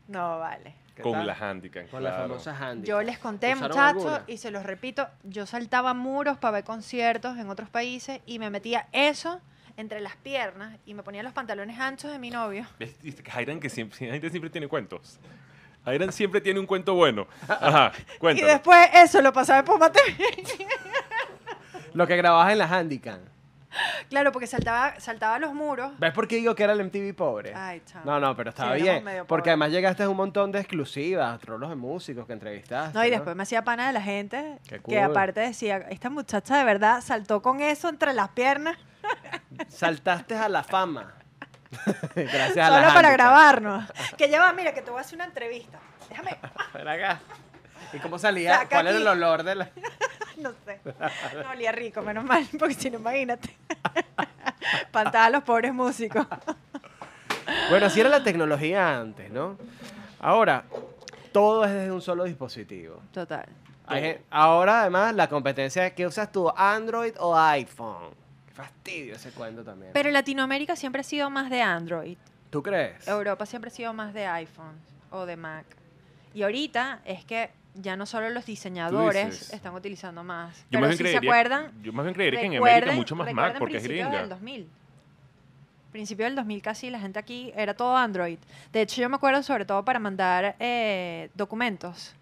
No, vale.
¿qué
Con
tal?
las handicaps.
Con las
claro.
famosas handy.
Yo les conté,
¿Usaron
muchachos,
alguna?
y se los repito, yo saltaba muros para ver conciertos en otros países y me metía eso entre las piernas y me ponía los pantalones anchos de mi novio.
¿Ves? Dice que Jairan que siempre, Jairan siempre tiene cuentos. Jairan siempre tiene un cuento bueno. Ajá, cuéntalo.
Y después eso lo pasaba por mate.
Lo que grababas en las Handycam.
claro, porque saltaba, saltaba los muros.
¿Ves por qué digo que era el MTV pobre?
Ay, chamo.
No, no, pero estaba
Ah. Sí, éramos
bien.
medio
Porque
pobres.
además llegaste a un montón de exclusivas, trolos de músicos que entrevistaste.
No, y después me hacía pana de la gente
Qué cool.
que aparte decía, esta muchacha de verdad saltó con eso entre las piernas
Saltaste a la fama. Gracias a las
solo para
Handycam.
grabarnos. que ya va, mira, que te voy a hacer una entrevista. Déjame.
Ven acá. ¿Y cómo salía?
Saca
¿Cuál era
aquí.
el olor de la.?
No sé. No olía rico, menos mal, porque si no, imagínate. Pantada a los pobres músicos.
Bueno, así era la tecnología antes, ¿no? Ahora, todo es desde un solo dispositivo.
Total.
Hay gen- ahora, además, la competencia es que usas tú Android o iPhone. Qué fastidio ese cuento también.
Pero Latinoamérica siempre ha sido más de Android.
¿Tú crees?
Europa siempre ha sido más de iPhone o de Mac. Y ahorita es que ya no solo los diseñadores
dices.
están utilizando más.
Yo
pero
más bien
si
creería,
se acuerdan,
yo más bien creería que en América
recuerden-
mucho más
recuerden
Mac porque es
principios del
gringa.
2000. Principio del 2000 casi la gente aquí era todo Android. De hecho, yo me acuerdo sobre todo para mandar eh, documentos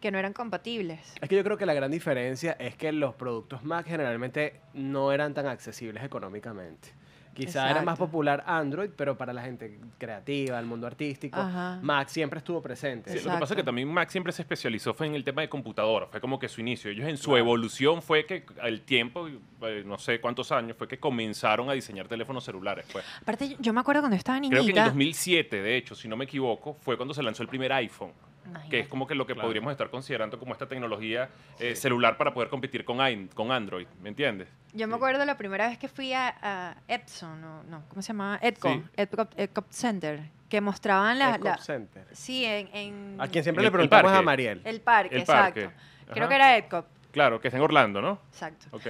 que no eran compatibles.
Es que yo creo que la gran diferencia es que los productos Mac generalmente no eran tan accesibles económicamente. Quizá era más
Exacto.
popular Android, pero para la gente creativa, el mundo artístico,
Ajá.
Mac siempre estuvo presente.
Sí, lo que pasa es que
Exacto.
también Mac siempre se especializó fue en el tema de computadora, fue como que su inicio. Ellos en su evolución fue que al tiempo, eh, no sé cuántos años, fue que comenzaron a diseñar teléfonos celulares. Pues.
Aparte, yo- yo me acuerdo cuando estaba niñita.
Creo que en el 2007, de hecho, si no me equivoco, fue cuando se lanzó el primer iPhone,
Imagínate.
que es como que lo que podríamos estar considerando como esta tecnología eh, celular para poder competir con, Ain- con Android, ¿me entiendes?
Yo me acuerdo la primera vez que fui a, a Epson, no, no, ¿cómo se llamaba? Edco,
Sí.
Edco, Edco Center, que mostraban
La,
la... la-
Center.
sí, en, en
A quien siempre
El-
le
el
preguntamos
parque.
a Mariel.
el parque,
El parque.
exacto. Creo
Ajá.
que era Edco,
Claro, que está en Orlando, ¿no?
exacto.
Ok.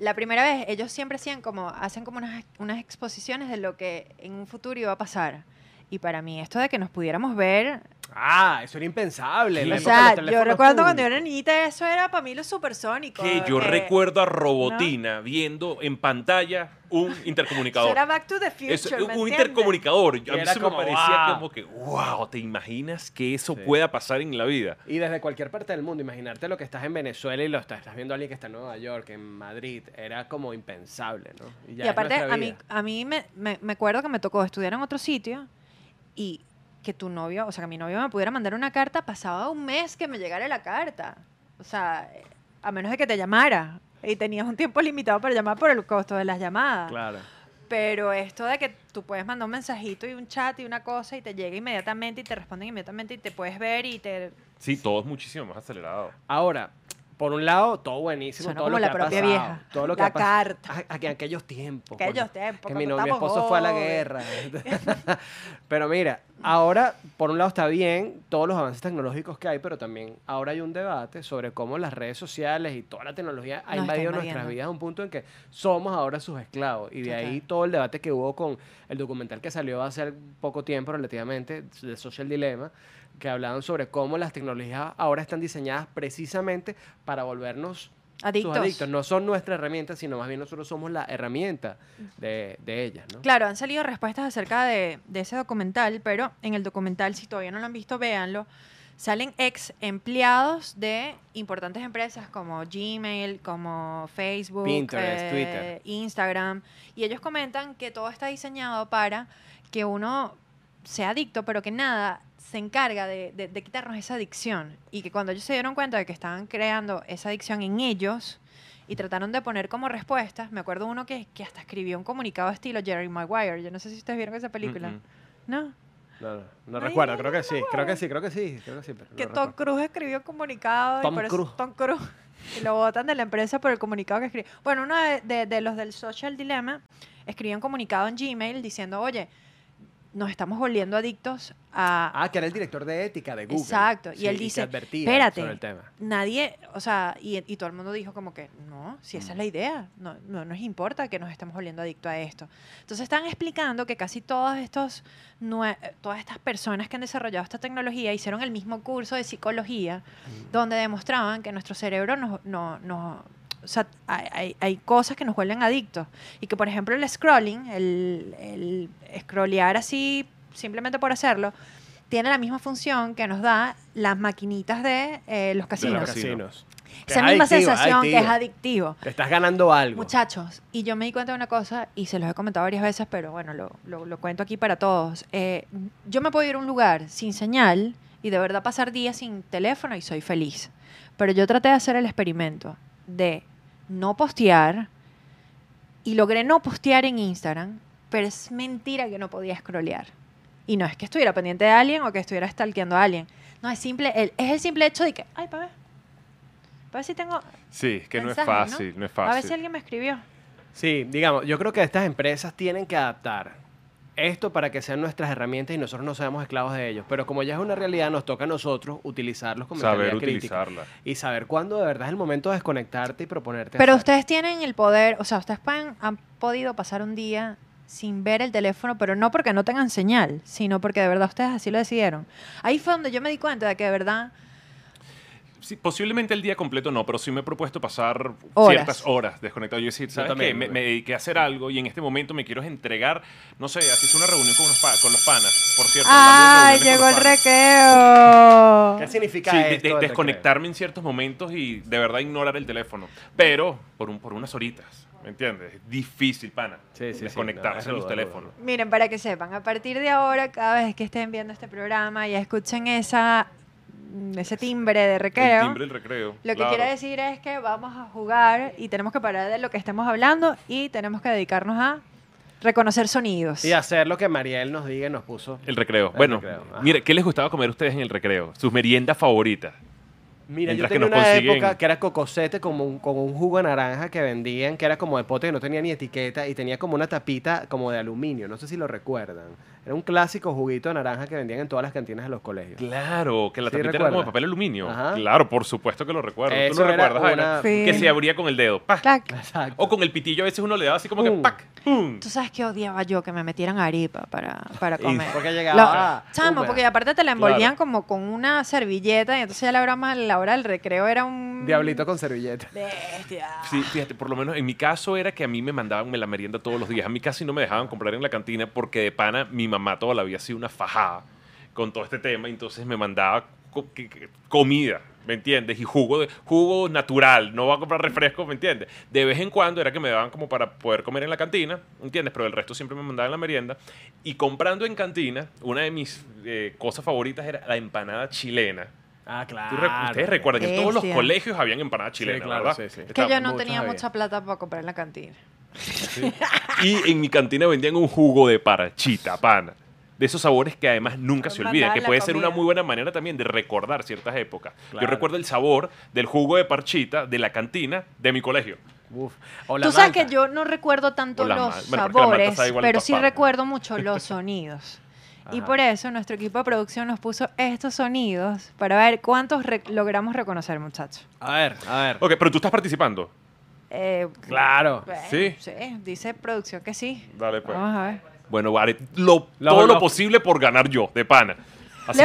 La primera vez, ellos siempre hacían como, hacen como unas, unas exposiciones de lo que en un futuro iba a pasar. Y para mí esto de que nos pudiéramos ver,
Ah, eso era impensable. en la
o
época de los
sea, yo
teléfonos
recuerdo cuando yo
públicos.
era niñita, eso era para mí lo supersónico.
Que yo
que
recuerdo a Robotina viendo en pantalla un
Eso
intercomunicador.
era Back to the Future,
Es
¿me
un
entiendes?
intercomunicador. Yo-
Y
A mí
era
se
como,
me parecía
"Wow".
como que, wow, ¿te imaginas que eso
Sí.
pueda pasar en la vida?
Y desde cualquier parte del mundo, imaginarte lo que estás en Venezuela y lo estás, estás viendo a alguien que está en Nueva York, en Madrid, era como impensable, ¿no? ya
y
es
aparte,
nuestra
a mí,
vida.
a mí me, me- me acuerdo que me tocó estudiar en otro sitio y que tu novio, o sea, que mi novio me pudiera mandar una carta, pasaba un mes que me llegara la carta. O sea, eh, a menos de que te llamara. Y tenías un tiempo limitado para llamar por el costo de las llamadas.
Claro.
Pero esto de que tú puedes mandar un mensajito y un chat y una cosa y te llega inmediatamente y te responden inmediatamente y te puedes ver y te...
Sí, todo es muchísimo más acelerado.
Ahora, por un lado, todo buenísimo,
Suena
todo
como
lo que
la
ha
propia
pasado,
vieja.
Todo lo que
La
ha pasado.
carta.
Ah, Aquí en aquellos tiempos.
Aquellos
coño,
tiempos,
Que mi
cuando
novio
estábamos
esposo fue a la
jóvenes.
guerra. pero mira, ahora, por un lado está bien todos los avances tecnológicos que hay, pero también ahora hay un debate sobre cómo las redes sociales y toda la tecnología ha
Nos está
invadido nuestras
invadiendo.
vidas a un punto en que somos ahora sus esclavos. Y de ahí
Total.
todo el debate que hubo con el documental que salió hace poco tiempo relativamente, de Social Dilemma, que hablaban sobre cómo las tecnologías ahora están diseñadas precisamente para volvernos
Adictos.
sus adictos. No son nuestra herramienta, sino más bien nosotros somos la herramienta de, de ellas, ¿no?
Claro, han salido respuestas acerca de, de ese documental, pero en el documental, si todavía no lo han visto, véanlo. Salen ex empleados de importantes empresas como Gmail, como Facebook,
Pinterest,
eh,
Twitter.
Instagram, y ellos comentan que todo está diseñado para que uno sea adicto, pero que nada se encarga de, de- de quitarnos esa adicción. Y que cuando ellos se dieron cuenta de que estaban creando esa adicción en ellos y trataron de poner como respuestas, me acuerdo uno que, que hasta escribió un comunicado estilo Jerry Maguire. Yo no sé si ustedes vieron esa película.
Mm, mm.
¿No?
No, no, no
Ay,
recuerdo,
no,
creo que sí, creo que sí, creo que sí, creo que sí. pero no
Que Tom
recuerdo.
Cruise escribió un comunicado.
Tom
y por eso-
Cruise.
Tom Cruise. Y lo votan de la empresa por el comunicado que escribió. Bueno, uno de, de- de los del Social Dilemma escribió un comunicado en Gmail diciendo, oye, nos estamos volviendo adictos a,
Ah, que era el director de ética de Google.
Exacto, y él
que
dice,
advertía
"Espérate".
sobre el tema.
nadie, o sea, y, y todo el mundo dijo como que, no, si esa es
Mm.
la idea, no, no nos importa que nos estamos volviendo adictos a esto. Entonces están explicando que casi todos estos, nue- todas estas personas que han desarrollado esta tecnología hicieron el mismo curso de psicología donde demostraban que nuestro cerebro nos... no- no- o sea, hay, hay- hay cosas que nos vuelven adictos. Y que, por ejemplo, el scrolling, el, el scrollear así simplemente por hacerlo, tiene la misma función que nos da las maquinitas de eh,
De
los
los
casinos.
casi-
casinos. Que
Esa
es
misma
adictivo,
sensación que es
adictivo.
adictivo.
Te estás ganando algo.
Muchachos, y yo me di cuenta de una cosa, y se los he comentado varias veces, pero bueno, lo, lo- lo cuento aquí para todos. Eh, yo me puedo ir a un lugar sin señal y de verdad pasar días sin teléfono y soy feliz. Pero yo traté de hacer el experimento de no postear y logré no postear en Instagram, pero es mentira que no podía scrollear. Y no es que estuviera pendiente de alguien o que estuviera stalkeando a alguien. No, es, simple, el- es el simple hecho de que, ay, pa' ver. Pero sí tengo.
Sí, que no es
mensajes,
fácil, no es
A ver si
fácil.
alguien me escribió.
Sí, digamos, yo creo que estas empresas tienen que adaptar esto para que sean nuestras herramientas y nosotros no seamos esclavos de ellos. Pero como ya es una realidad, nos toca a nosotros utilizarlos como
Saber
crítica.
utilizarla.
Y saber cuándo de verdad es el momento de desconectarte y proponerte.
Pero
hacer.
ustedes tienen el poder, o sea, ustedes pueden- han podido pasar un día sin ver el teléfono, pero no porque no tengan señal, sino porque de verdad ustedes así lo decidieron. Ahí fue donde yo me di cuenta de que de verdad
Sí, posiblemente el día completo no, pero sí me he propuesto pasar
Horas.
ciertas horas desconectado. Yo decir, ¿sabes
también,
qué? Me,
güey.
me dediqué a hacer algo y en este momento me quiero entregar, no sé, así es una reunión con, unos pa- con los panas, por cierto.
¡Ay,
hablando de reuniones
llegó
con
el
los panas.
recreo!
¿Qué significa
Sí, de- de-
esto del
desconectarme en ciertos momentos y de verdad ignorar el teléfono, pero por, un, por unas horitas, ¿me entiendes? Es difícil, pana,
Sí, sí, sí, no,
desconectarse
es
de los
rudo, es rudo.
teléfonos.
Miren, para que sepan, a partir de ahora, cada vez que estén viendo este programa y escuchen esa, mm, ese timbre de
El
recreo,
timbre del recreo.
lo que
claro.
quiere decir es que vamos a jugar y tenemos que parar de lo que estamos hablando y tenemos que dedicarnos a reconocer sonidos.
recreo? Y hacer lo que Mariel nos diga y nos puso.
El recreo.
El
bueno,
recreo, ajá.
mire, ¿qué les gustaba comer a ustedes en el recreo? Sus meriendas favoritas.
Mira,
Mientras que
yo tenía
nos
una
consiguen-
época que era cocosete como un, con un jugo de naranja que vendían, que era como de pote que no tenía ni etiqueta y tenía como una tapita como de aluminio. No sé si lo recuerdan. Era un clásico juguito de naranja que vendían en todas las cantinas de los colegios.
Claro, que la
Sí,
tapita era
recuerda.
como de papel aluminio.
Ajá.
Claro, por supuesto que lo recuerdo.
Eso
¿Tú lo
era
recuerdas, Jaina?
una-
Sí.
Que se abría con el dedo. ¡pac!
Clac.
Exacto.
O con el pitillo a veces uno le daba así como que
Pum.
¡pac! ¡pum!
Tú sabes que odiaba yo que me metieran arepa para, para
Y- ah,
comer.
Porque
Lo-
llegaba.
chamo,
húmeda.
porque aparte te la envolvían
Claro.
como con una servilleta y entonces ya la hora, más, la hora del recreo era un...
Diablito con servilleta.
Bestia.
Sí, fíjate, por lo menos en mi caso era que a mí me mandaban la merienda todos los días. A mí casi no me dejaban comprar en la cantina porque de pana mi mamá toda la vida sido una fajada con todo este tema. Entonces me mandaba co- que- que- comida, ¿me entiendes? Y jugo, de, jugo natural, no va a comprar refrescos, ¿me entiendes? De vez en cuando era que me daban como para poder comer en la cantina, ¿entiendes? Pero el resto siempre me mandaban la merienda. Y comprando en cantina, una de mis eh, cosas favoritas era la empanada chilena.
Ah, claro.
Tú re- Ustedes recuerdan que en todos los
Bestia.
colegios habían empanada chilena,
claro,
¿verdad?
sí, sí.
Que yo
Estaba-
no
muchas
tenía
había.
mucha plata para comprar en la cantina.
Y en mi cantina vendían un jugo de parachita, pana. De esos sabores que además nunca se
Mandaba
olvidan, que
la
puede ser una
comida.
muy buena manera también de recordar ciertas épocas.
Claro.
Yo recuerdo el sabor del jugo de parchita de la cantina de mi colegio.
Uf. O la
Tú sabes
malta.
que yo no recuerdo tanto
O la
los
mal- bueno, porque la malta
sabores,
sabe igual en
pero
todas
sí
partes.
recuerdo mucho los sonidos. Y
Ajá.
por eso nuestro equipo de producción nos puso estos sonidos para ver cuántos re- logramos reconocer, muchachos.
A ver, a ver.
Ok, pero tú estás participando.
Eh,
Claro.
bueno,
Sí.
dice producción que sí.
Dale, pues.
Vamos a ver.
Bueno, haré lo,
Lo-
todo lo
lo-
posible por ganar yo, de pana. Así
Leo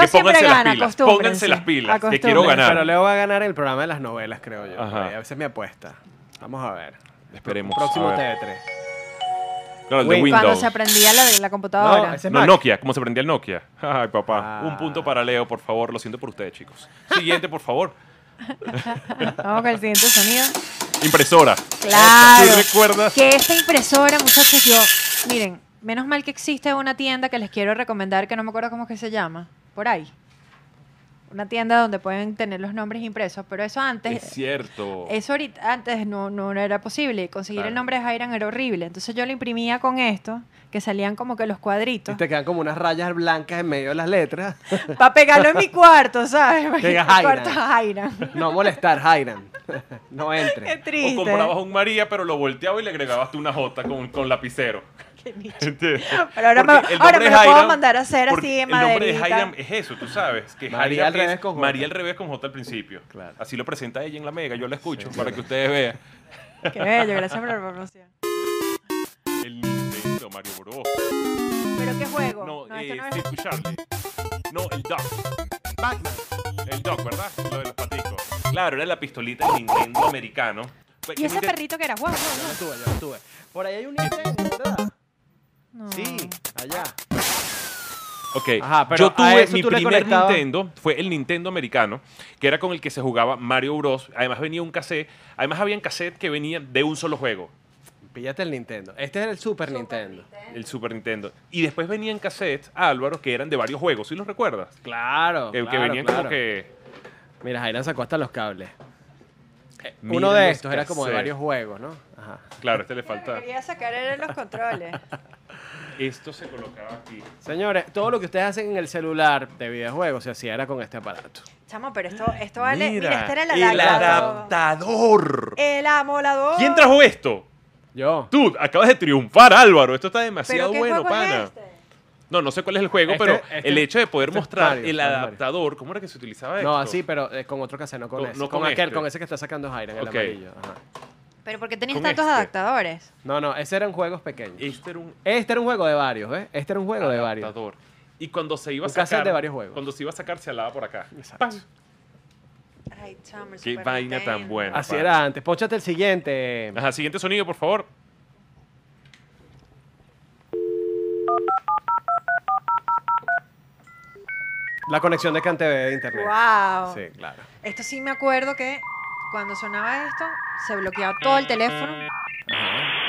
que pónganse
siempre
las
gana,
pilas.
acostúmbrense,
Pónganse las pilas. Que
acostúmbrense.
quiero
Pero
ganar.
Leo va a ganar el programa de las novelas, creo yo.
Ajá.
Ahí, A veces me apuesta. Vamos a ver.
Esperemos.
Próximo
a ver.
TV3.
Claro, el de
Win-
Cuando
Windows.
se aprendía la de la computadora.
No, ese-
No,
Mac.
Nokia, ¿cómo se prendía el Nokia? Ay,
Ah.
papá. Un punto para Leo, por favor. Lo siento por ustedes, chicos. Siguiente, por favor.
Vamos con el siguiente sonido.
Impresora.
Claro.
¿Tú recuerdas?
Que esta impresora, muchachos, yo. Miren, menos mal que existe una tienda que les quiero recomendar, que no me acuerdo cómo es que se llama. Por ahí. Una tienda donde pueden tener los nombres impresos, pero eso antes.
Es cierto.
Eso ahorita, antes no, no era posible. Conseguir el
Claro.
nombre de Jairan era horrible. Entonces yo lo imprimía con esto, que salían como que los
Y
cuadritos,
te quedan como unas rayas blancas en medio de las letras.
Este-
para pegarlo en mi cuarto, ¿sabes? Para
Que diga
mi cuarto
Jairan.
Jairan.
No molestar, Jairan. No
Qué
entre.
O
triste.
comprabas un María, pero lo volteabas y le agregabas tú una J con, con lapicero.
Qué nicho.
¿Entiendes?
Pero ahora me-
Porque el
ahora
nombre
me
de
lo puedo
Hiram-
mandar a hacer
porque
así en
El nombre de
maderita.
Hiram es eso, tú sabes. Que
María
Hiram
al revés
es
con J.
María al revés con J al principio.
Claro.
Así lo presenta ella en la mega. Yo la escucho para que ustedes vean.
Qué bello, gracias por la promoción.
El Nintendo Mario Bros.
Pero qué juego.
No,
No,
eh,
esto no es-
Steve Buscemi. No, el Duck. Batman. El Duck, ¿verdad? Lo de los paticos. Claro, era la pistolita del Nintendo americano. Pues,
Y
que
ese
nunca-
perrito que era guapo,
Yo lo tuve, yo lo tuve. Por ahí hay un Nintendo, ¿verdad? Ah.
¿no?
Sí, allá.
Ok,
Ajá, pero
yo
a
tuve
eso
mi
tú le
primer
conectabas-
Nintendo, fue el Nintendo americano, que era con el que se jugaba Mario Bros. Además venía un cassette, además había un cassette que venía de un solo juego,
Píllate el Nintendo. Este es el Super, Nintendo.
el Super Nintendo. Y después venían cassettes, Álvaro, que eran de varios juegos, ¿sí los recuerdas? Eh,
Claro.
Que- que
claro,
venían
claro.
como que...
Mira, Jairan sacó hasta los cables.
Mira
Eh, Uno de
los
estos era como de
cassettes.
varios juegos, ¿no? Ajá.
Claro, este le
Yo lo que
falta...
quería sacar eran los controles.
Esto se colocaba aquí.
Señores, todo lo que ustedes hacen en el celular de videojuegos se hacía era con este aparato.
Chamo, pero esto, esto vale. Mira,
Mira,
este era el
el
adaptador.
adaptador.
El amolador.
¿Quién trajo esto?
Yo.
Tú, acabas de triunfar, Álvaro. Esto está
¿Pero
demasiado
qué
bueno,
juego
pana.
es este?
No, no sé cuál es el juego,
Este-
pero
este-
el hecho de poder
este es
mostrar
Mario,
el
este es Mario.
adaptador, ¿cómo era que se utilizaba esto?
No, así, pero eh, con otro casero, no con
No,
ese.
no
con,
con
aquel,
este.
con ese que está sacando Jairan, el
Ok.
amarillo. Ajá.
Pero porque tenías
Con
tantos
este.
adaptadores.
No, no, ese eran juegos pequeños.
Este era un
Este era un juego de varios, ¿ves? Este era un
Ah,
juego de varios.
adaptador. Y cuando se iba a
Un cassette
sacar.
de varios juegos.
Cuando se iba a sacar, se alaba por acá.
Exacto.
¡Pam!
Ay, chamo, el
Qué
Super
vaina tan
Nintendo.
buena.
Así era antes. Póchate el siguiente.
Ajá, siguiente sonido, por favor.
La conexión de CanTV de internet.
Wow.
Sí, claro.
Esto sí me acuerdo que cuando sonaba esto, se bloqueaba todo el teléfono.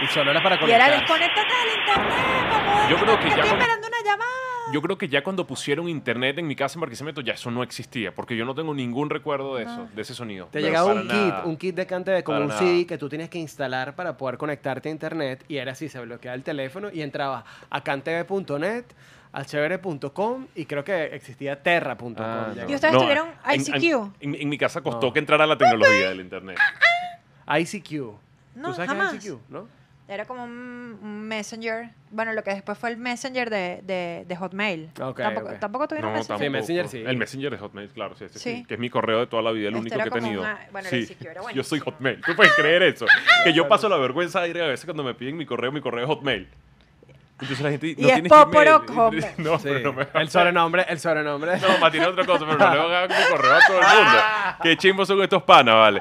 Y solo era para
Y era
conectar.
desconéctate del internet, mamá.
Yo creo que ya
Estoy
con-
esperando una llamada.
Yo creo que ya cuando pusieron internet en mi casa en Barquisimeto, ya eso no existía, porque yo no tengo ningún recuerdo de
Ah.
eso, de ese sonido.
Te
Pero
llegaba
para
un
nada.
kit, un kit de CanTV con
Para
un
nada.
CD que tú tienes que instalar para poder conectarte a internet. Y era así, se bloqueaba el teléfono y entrabas a cantv.net, a chévere.com y creo que existía terra.com.
Ah,
ya
no.
¿Y ustedes
No,
tuvieron
en-
ICQ?
En, en mi casa costó
No.
que entrara la tecnología del internet.
Ah,
ICQ.
No,
¿Tú sabes
jamás.
qué es ICQ? ¿no?
Era como un un messenger. Bueno, lo que después fue el messenger de, de, de Hotmail.
Ok,
tampoco,
ok.
tampoco tuvieron
No,
messenger.
tampoco.
Sí, Messenger sí.
El Messenger de Hotmail, claro, sí, sí, sí,
Sí.
que es mi correo de toda la vida, el
Esto
único
era
que he
como
tenido.
una- bueno, el
sí.
ICQ era
Yo soy
buenísimo.
Hotmail. ¿Tú puedes creer eso? Que yo paso la vergüenza de ir a veces cuando me piden mi correo, mi correo es Hotmail. Entonces la gente
Y
no
es
tienes email.
Poporoc Hotmail.
No, pero
Sí.
no me
El sobrenombre, el sobrenombre.
No, para tirar otra cosa, pero no le voy a dar mi correo a todo el mundo.
Ah.
Qué chimbos son estos panas, vale.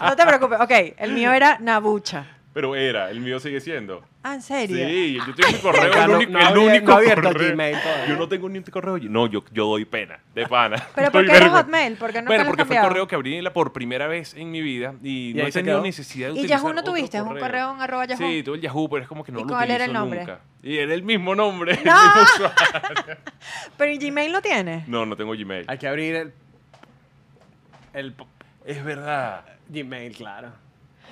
No te preocupes. Ok, el mío era Nabucha.
Pero era, el mío sigue siendo.
Ah, ¿en serio?
Sí, yo tengo mi correo,
Acá
el
no-
único,
no
el
había-
único
no ha abierto
correo.
Gmail todavía.
Yo no tengo ni un correo. No, yo, yo doy pena, de pana.
¿Pero
Doy
por qué era
vergüenza.
Hotmail? ¿Por qué nunca
bueno,
lo
porque fue el
cambiaron?
correo que abrí la- por primera vez en mi vida y,
¿Y
no
ahí
he
se
tenido
quedó?
necesidad de
¿Y
utilizar
Yahoo no
otro
tuviste? ¿Un correo, un arroba Yahoo?
Sí, tuve el Yahoo, pero es como que no
¿Y
lo
cuál era
utilizo
el nombre?
nunca. Y era el mismo nombre. el
¡No!
mismo usuario.
Pero ¿y Gmail no tiene.
no, no tengo Gmail.
Hay que abrir el, el po-
Es verdad.
Gmail, claro.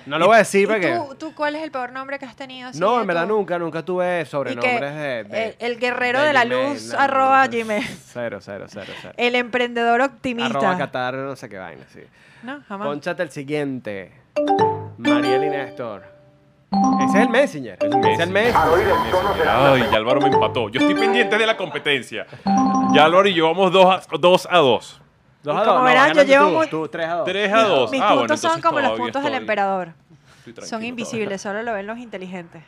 No lo voy a decir
¿Y
porque...
tú, tú cuál es el peor nombre que has tenido? así
No,
de
en verdad
tu-
nunca, nunca tuve
Y que
sobrenombres de, de-
el, el guerrero de, la
Gmail,
luz,
no, no,
arroba
no.
Gmail.
Cero, cero, cero, cero.
El emprendedor
Arroba
optimista.
Qatar, no sé qué vaina, sí.
No, jamás.
Ponchate el siguiente. Mariel y Néstor. Ese es el Messenger. Ese es el Messenger.
Ay, ya Álvaro me empató. Yo estoy pendiente de la competencia. Ya Álvaro y yo vamos 2 a 2. A dos.
Dos
Y
a dos.
como
no,
verán, yo
ganaste
llevo
tú,
muy-
tú, tres a dos.
3 a 2.
Mis
ah,
puntos
bueno,
son
entonces
como los
todavía
puntos del
estoy-
emperador.
estoy tranquilo
Son invisibles, solo lo ven los inteligentes.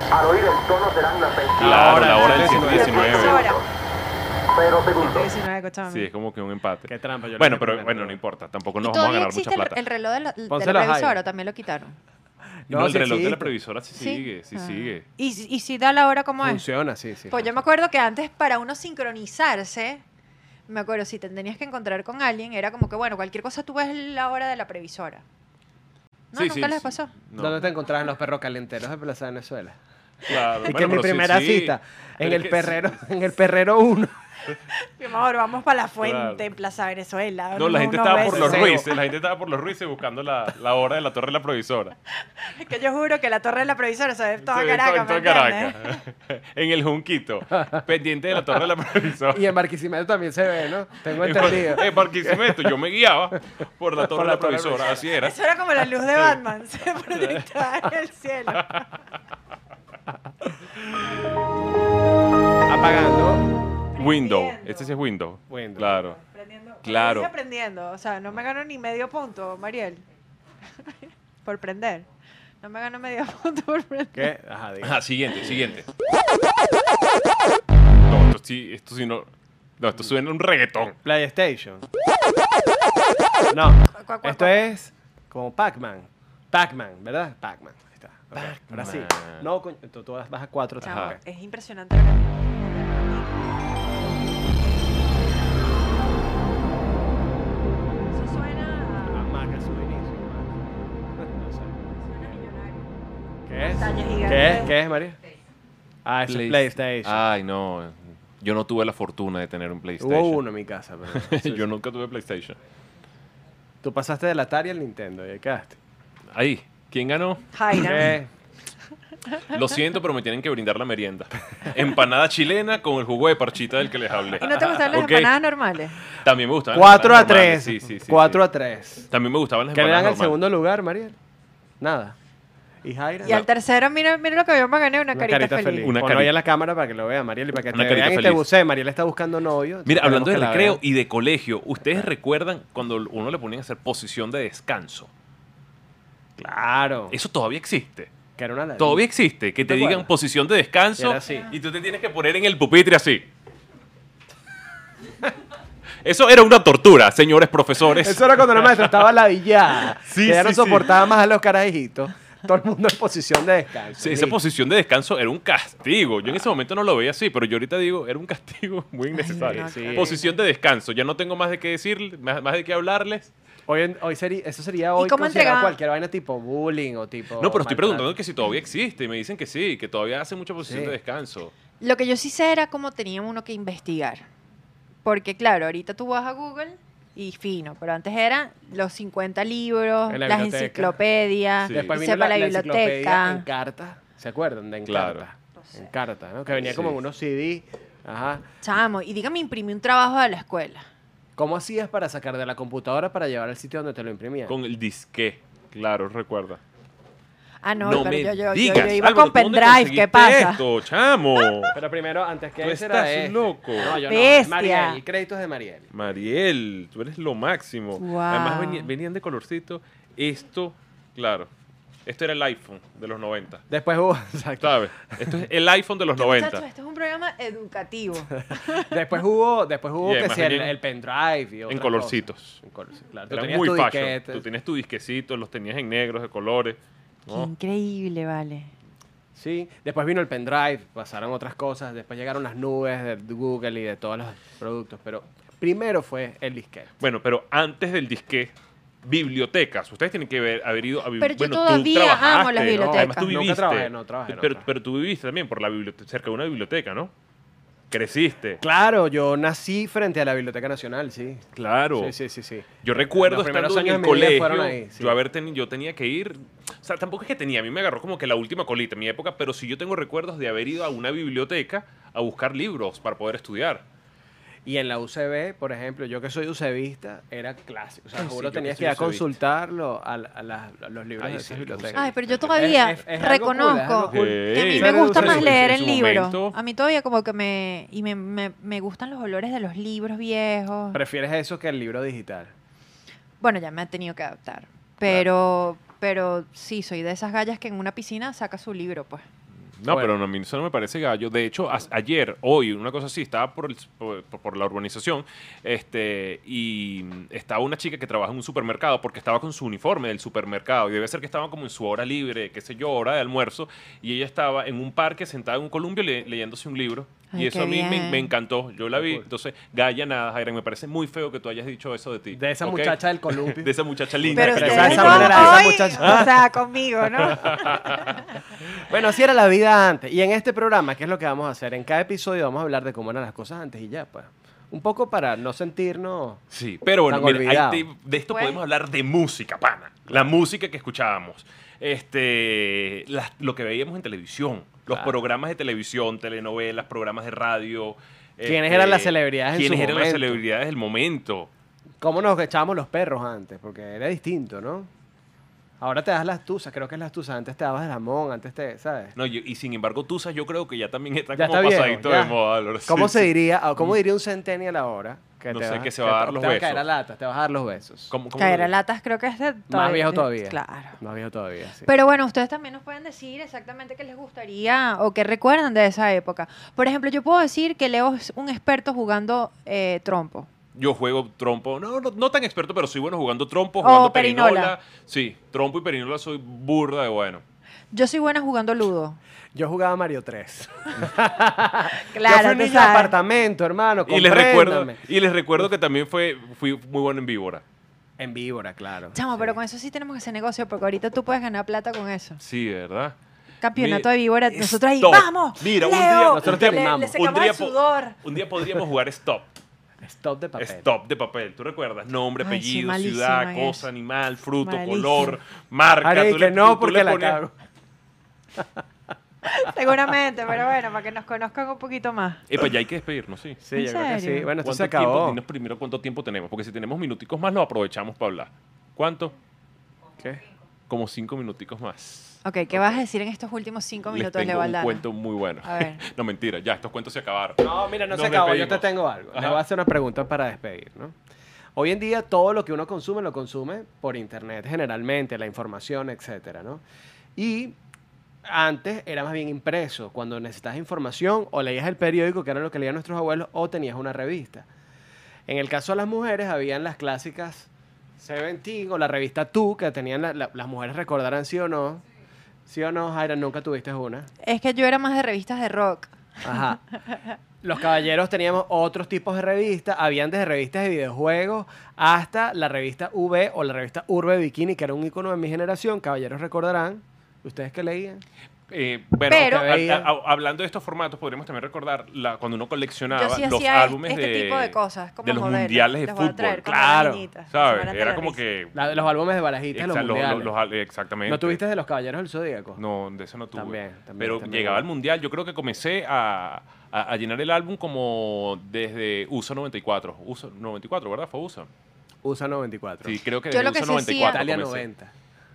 Al oír el tono serán las 20,
todavía. Claro, la hora del
Ahora,
119.
pero segundos.
19, escúchame.
Sí, es como que un empate.
Qué trampa. yo lo
Bueno,
dije
pero
primero.
bueno, no importa. Tampoco
¿Y
nos vamos a
todavía
ganar mucha
existe el,
plata.
el reloj de la- del,
Pónselo a
revisor
Jairo.
o también lo quitaron?
No,
No,
el
sí
reloj de la
existe.
previsora sí, sigue, sí
Ah.
sigue.
¿Y, si- y si da la hora como es?
Funciona, sí, sí.
Pues yo me acuerdo que antes para uno sincronizarse, me acuerdo, si te tenías que encontrar con alguien, era como que, bueno, cualquier cosa tú ves la hora de la previsora. No,
Sí,
nunca
sí,
les
sí.
pasó.
No,
¿Dónde te encontrabas en los perros calenteros de Plaza Venezuela?
claro.
Es
Bueno,
que en mi
pero sí,
primera
sí.
cita, en
Pero es
el
que-
perrero, en el perrero 1.
Mi amor, vamos para la fuente
Claro.
en Plaza Venezuela.
No, la gente
unos
estaba por
besos.
los
Cero.
ruices, la gente estaba por los ruices buscando la, la hora de la torre de la provisora.
Que yo juro que la torre de la previsora se ve toda
Ah,
Sí,
Caracas,
en toda
¿me entiendes?
Caracas. En el Junquito, pendiente de la torre de la provisora.
Y en Barquisimeto también se ve, ¿no? Tengo
En
entendido.
Bar- en Barquisimeto, yo me guiaba por la torre
la
de la
torre de la
provisora, así era.
Eso era como la luz de Batman, se proyectaba en el cielo.
Apagando.
Window, este sí es Window.
Window.
Claro.
Aprendiendo.
Claro.
Estoy aprendiendo, o sea, no me gano ni medio punto, Mariel. por prender. No me gano medio punto por prender.
¿Qué? Ajá, diga.
Ajá, siguiente, siguiente. No, esto sí, esto sí no. No, esto suena a un reggaetón.
PlayStation. No,
Cuac, cuac,
esto
cuac.
es como Pac-Man. Pac-Man, ¿verdad? Pac-Man. Ahí está. Ok, Ahora sí.
Pac-Man.
No, coño, tú, tú vas a cuatro. otra
Ajá.
vez.
Es impresionante lo que-
Eso suena
Ah, Mac es su inicio, Mac. No sé. ¿Qué es?
Pantalla
¿Qué es?
gigante.
¿Qué es, María? Ah, es el PlayStation.
Ay, no. Yo no tuve la fortuna de tener un PlayStation.
Hubo uno en mi casa, pero...
yo nunca tuve PlayStation.
Tú pasaste del Atari al Nintendo y ahí quedaste.
Ahí, ¿quién ganó?
Jaira.
¿Qué?
Lo siento, pero me tienen que brindar la merienda. Empanada chilena con el jugo de parchita del que les hablé.
¿Y no te gustaban las
Ok.
empanadas normales?
También me gustaban. las
4 a
empanadas
3.
normales, Sí, sí, sí.
4
sí.
a 3.
También me gustaban las
¿Qué le dan al
empanadas normales.
segundo lugar, Mariel? Nada. ¿Y Jaira?
Y al tercero, mira, mira lo que vio Magané, una, carita, feliz.
Una
Una cari-
carita. a la cámara para que lo vea, Mariel, y para que
Una
te
carita
vean y te
feliz.
bucee. Mariel está buscando novio.
Mira, hablando de
Queremos que la
recreo
vean.
y de colegio, ¿ustedes recuerdan cuando uno le ponían a hacer posición de descanso?
Claro.
Eso todavía existe.
Que era una ladilla.
Todavía existe. Que
¿Te
te
acuerdas?
digan posición de descanso
Era así.
y tú te tienes que poner en el pupitre así. Eso era una tortura, señores profesores.
Eso era cuando la maestra estaba ladillada. que
Sí,
ya
sí,
no
sí.
soportaba más a los carajitos. Todo el mundo en posición de descanso.
Sí, esa
Listo.
posición de descanso era un castigo. Yo en ese momento no lo veía así, pero yo ahorita digo, era un castigo muy innecesario.
no,
Sí. qué
Posición de descanso. Ya no tengo más de qué decir, más, más de qué hablarles.
Hoy, en- hoy sería, eso sería hoy
cómo
considerado
entregaban?
cualquier vaina tipo bullying o tipo...
No, pero estoy
maltrato.
preguntando que si todavía existe y me dicen que sí, que todavía hace mucha posición
Sí.
de descanso.
Lo que yo sí sé era cómo tenía uno que investigar. Porque, claro, ahorita tú vas a Google y fino, pero antes eran los 50 libros,
En la
las
biblioteca.
enciclopedias,
Sí.
Después vino
sepa
la,
la,
la enciclopedia en
biblioteca.
carta. ¿Se acuerdan de en
Claro.
carta? En carta, ¿no? Que venía como
Sí.
en unos CD. Ajá.
Chamo, y dígame, imprimí un trabajo de la escuela.
¿Cómo hacías para sacar de la computadora para llevar al sitio donde te lo imprimían?
Con el disque. Claro, recuerda.
Ah, no, pero
me
yo, yo- yo-
digas,
yo iba
Álvaro,
con
¿dónde
pendrive, ¿qué
conseguiste
pasa?
Esto, chamo.
Pero primero, antes que
Tú
ese era
estás
este.
loco.
No, yo
Bestia.
no. Mariel, créditos de Mariel.
Mariel, tú eres lo máximo.
Wow.
Además veni- venían, de colorcito. Esto, claro. Esto era el iPhone de los 90.
Después hubo, exacto.
¿Sabes? Esto es el iPhone de los
Muchachos,
90.
esto Este es un programa educativo.
Después hubo, después hubo
Y
que
además
sí, el,
venían
el pendrive y otras
En
cosas.
colorcitos.
En colorcitos, claro. Tú
Era
tenías
muy
tu
fashion.
disquete.
Tú tienes tu disquecito, los tenías en negros, de colores.
Qué
¿no?
increíble, vale.
Sí, después vino el pendrive, pasaron otras cosas, después llegaron las nubes de Google y de todos los productos, pero primero fue el disquete.
Bueno, pero antes del disque, bibliotecas. Ustedes tienen que haber, haber ido a
Pero yo
bibliotecas. Bueno,
todavía
tú
amo
trabajaste,
las
¿no?
bibliotecas.
Además, tú
Nunca
viviste.
trabajé en otra, trabajé en
pero,
otra.
pero tú viviste también por la biblioteca, cerca de una biblioteca, ¿no? Creciste.
Claro, yo nací frente a la Biblioteca Nacional, sí.
Claro.
Sí, sí, sí, sí.
Yo recuerdo
Los primeros
estando
años
en el
de mi vida
colegio,
fueron ahí, sí.
yo, haber teni- yo tenía que ir, o sea, tampoco es que tenía, a mí me agarró como que la última colita en mi época, pero sí yo tengo recuerdos de haber ido a una biblioteca a buscar libros para poder estudiar.
Y en la UCB, por ejemplo, yo que soy UCBista, era clásico. O sea,
Ay, sí,
juro
yo
tenías que
que soy
ir a
UCBista.
consultarlo a, la- a las- a los libros
Ay,
de
sí,
esas
los
bibliotecas.
Ay, pero yo todavía
Es- es algo cool, es
reconozco
algo cool.
que a mí
Sí.
me
Sabe
gusta
usar
más
su-
leer
en su
el libro.
momento.
A mí todavía como que me... Y me, me- me gustan los olores de los libros viejos.
Prefieres eso que el libro digital.
Bueno, ya me han tenido que adaptar. Pero... Pero sí, soy de esas gallas que en una piscina saca su libro, pues.
No,
Bueno.
pero no, a mí eso no me parece gallo. De hecho, as- ayer, hoy, una cosa así, estaba por, el- por, por la urbanización este, y estaba una chica que trabaja en un supermercado porque estaba con su uniforme del supermercado y debe ser que estaba como en su hora libre, qué sé yo, hora de almuerzo, y ella estaba en un parque sentada en un columpio le- leyéndose un libro.
Ay,
y eso
qué
a mí me,
bien.
me encantó, yo la
Qué
vi.
cool.
Entonces, Gaya, nada, Jaira, me parece muy feo que tú hayas dicho eso de ti.
De esa
¿ok?
muchacha del columpio.
De esa muchacha linda.
Pero
que yo
ustedes
vi
esa
con-
son
manera, esa
hoy-
muchacha.
O sea, conmigo, ¿no?
Bueno, así era la vida antes. Y en este programa, ¿qué es lo que vamos a hacer? En cada episodio vamos a hablar de cómo eran las cosas antes y ya, pues. Un poco para no sentirnos.
Sí, pero bueno,
Tan
mira, ahí
olvidado.
te- de esto
Bueno.
podemos hablar de música, pana. La música que escuchábamos. Este, las- lo que veíamos en televisión. Los
Claro.
programas de televisión, telenovelas, programas de radio.
¿Quiénes
este,
eran las celebridades en
¿Quiénes
su
eran
momento?
las celebridades del momento?
¿Cómo nos echábamos los perros antes? Porque era distinto, ¿no? Ahora te das las tuzas, creo que es las tuzas. Antes te dabas el jamón, antes te, ¿sabes?
No, yo- y sin embargo, Tusa yo creo que ya también está
Ya
como
está viejo,
pasadito
ya.
de moda. Lore, sí,
¿Cómo se
sí. Mm.
diría, o cómo diría un centennial ahora? Que
No
te
sé,
vas-
que se va a dar
te-
los
te a caer
besos.
a latas, te vas a dar los besos.
¿Cómo- cómo
Caer
lo
a
diría?
latas creo que es de
Más viejo todavía.
Claro.
Más viejo todavía, sí.
Pero bueno, ustedes también nos pueden decir exactamente qué les gustaría o qué recuerdan de esa época. Por ejemplo, yo puedo decir que Leo es un experto jugando eh, trompo.
Yo juego trompo, no, no, no tan experto, pero soy bueno jugando trompo,
O
jugando
Oh, perinola.
perinola. Sí, trompo y perinola soy burda de bueno.
Yo soy buena jugando ludo.
Yo jugaba Mario 3. Yo fui
Claro,
un
tú
niño de
sabes.
apartamento, hermano.
Y les, recuerdo,
compréndame.
y les recuerdo que también fue, fui muy bueno en víbora.
En víbora, claro.
Chamo,
Sí.
pero con eso sí tenemos que hacer negocio porque ahorita tú puedes ganar plata con eso.
Sí, ¿verdad?
Campeonato
Mi-
de víbora, nosotros ahí,
Stop.
¡vamos!
Mira, un
Leo,
día-
nosotros te
le-
animamos.
Le,
Un
secamos
día
el
po-
sudor.
Un día podríamos jugar stop.
Stop de papel.
Stop de papel. ¿Tú recuerdas? Nombre,
Ay, soy
apellido,
malísima
ciudad,
en
cosa,
eso.
animal, fruto,
Malísima.
color, marca.
Ari,
Tú
que
le- tú-
no,
tú
porque
le
la
ponías-
cago.
Seguramente, pero bueno, para que nos conozcan un poquito más.
Epa, ya hay que despedirnos, sí.
Sí, yo creo que sí.
serio?
Bueno, esto se
¿Cuánto tiempo?
acabó.
Dinos primero cuánto tiempo tenemos, porque si tenemos minuticos más, lo aprovechamos para hablar. ¿Cuánto?
¿Qué?
Como cinco minuticos más.
Ok, ¿qué vas a decir en estos últimos cinco
Les
minutos,
tengo un
Levaldano?
cuento muy bueno.
Ah.
A ver.
no, mentira, ya, estos cuentos se acabaron.
No, mira, no
Nos
se acabó. Yo te
despedimos.
tengo algo. Le
Ajá.
voy a hacer una pregunta para despedir, ¿no? Hoy en día todo lo que uno consume lo consume por internet generalmente, la información, etcétera, ¿no? Y antes era más bien impreso, cuando necesitabas información o leías el periódico, que era lo que leían nuestros abuelos, o tenías una revista. En el caso de las mujeres habían las clásicas Seventeen o la revista Tú, que tenían la- la- las mujeres recordarán sí o no. Sí o no, Jaira, nunca tuviste una.
Es que yo era más de revistas de rock.
Ajá. Los caballeros teníamos otros tipos de revistas, habían desde revistas de videojuegos hasta la revista V o la revista Urbe Bikini, que era un icono de mi generación, caballeros recordarán. ¿Ustedes qué leían?
Eh, bueno,
Pero-
a- a- a- hablando de estos formatos, podríamos también recordar la, cuando uno coleccionaba
Yo sí
los
hacía
álbumes
este
de,
tipo de cosas, como
de los
modelo.
mundiales de
Los voy a
fútbol.
traer con
claro,
barajitas, que se van a
¿sabes?
hacer
Era
la
como
risa.
que...
La- los álbumes de barajitas, los
Exa- los-
mundiales.
los- los- exactamente.
¿No tuviste de los caballeros del Zodíaco?
No, de eso no tuve.
También, también,
Pero
también.
llegaba al mundial, yo creo que comencé a, a- a llenar el álbum como desde USA 94. USA 94, ¿verdad? Fue USA.
Usa 94.
Sí, creo que
Yo
desde
lo que
USA
sí hacía-
94.
Italia
comencé.
90.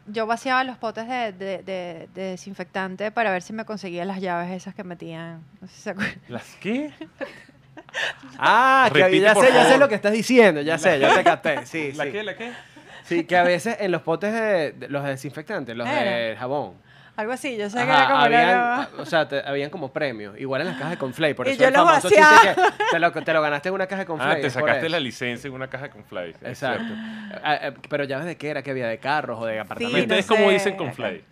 Yo vaciaba los potes de, de- de- de desinfectante para ver si me conseguía las llaves esas que metían. No sé si se acuerdan.
¿Las qué?
Ah, que
Repite,
ya
por
sé, ya sé
favor.
lo que estás diciendo, ya sé, ya te capté. Sí,
¿La
sí.
qué? ¿La qué?
Sí, que a veces en los potes de, de- los desinfectantes, los de
Era.
jabón.
Algo así, yo sé que era
Ajá,
como
habían,
era-
o sea, te- habían como premios, igual en las cajas de Conflay, por
Y
eso
yo
el
los
famoso chiste
vaciaba.
que te lo, te lo ganaste en una caja de Conflay.
Ah, te
es por
sacaste
eso.
la licencia en una caja con Fly. es
Exacto.
cierto.
Ah, eh, pero llaves de qué era, que había de carros o de apartamentos.
¿Ustedes
no
cómo
sé.
dicen con Fly?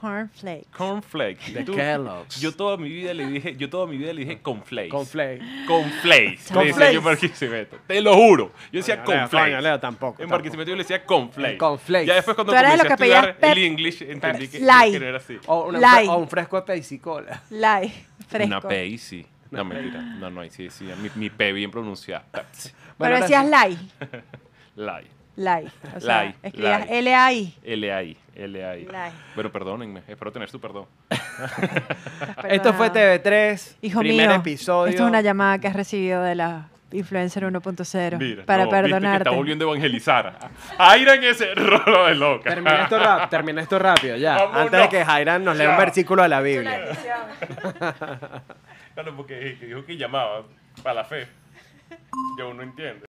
Cornflakes.
Cornflake.
De
Tú-
Kellogg's.
Yo toda mi vida le dije, yo toda mi vida le dije conflakes.
Conflay.
Conflakes. Le decía
Conflakes.
yo en Barquisimeto. Te lo juro. Yo decía
Coño, Leo,
conflakes.
coño, Leo, tampoco.
En
tampoco.
Barquisimeto yo le decía conflakes.
Conflakes.
Ya después cuando
Tú eras de
comencé
lo
a
que pedías
estudiar el
Pep-
English, entendí que,
Sly.
que no era así.
O, una-
Lay.
o un fresco de pepsicola.
Lai.
Una
Fresco.
P sí. No, mentira. No, no, ahí sí decía. Mi, mi P bien pronunciada. Pepsi.
Pero
ahora
decías
sí.
Lai.
Lai.
Lai. O sea,
Lai,
escribías
lai.
L-A-I.
L-A-I. L-A-I.
Lai.
Bueno, perdónenme. Espero tener su perdón.
Esto fue TV3.
Hijo
primer
mío,
episodio.
esto es una llamada que has recibido de la influencer 1.0
Mira,
para
no, viste que
perdonarte.
está volviendo a evangelizar. Aira en ese rolo de loca.
Termina esto, rap- termina esto rápido, ya.
Vámonos.
Antes de que Jairan nos lea un
Ya.
versículo de la Biblia.
Claro, porque dijo que llamaba para la fe. Yo no entiendo.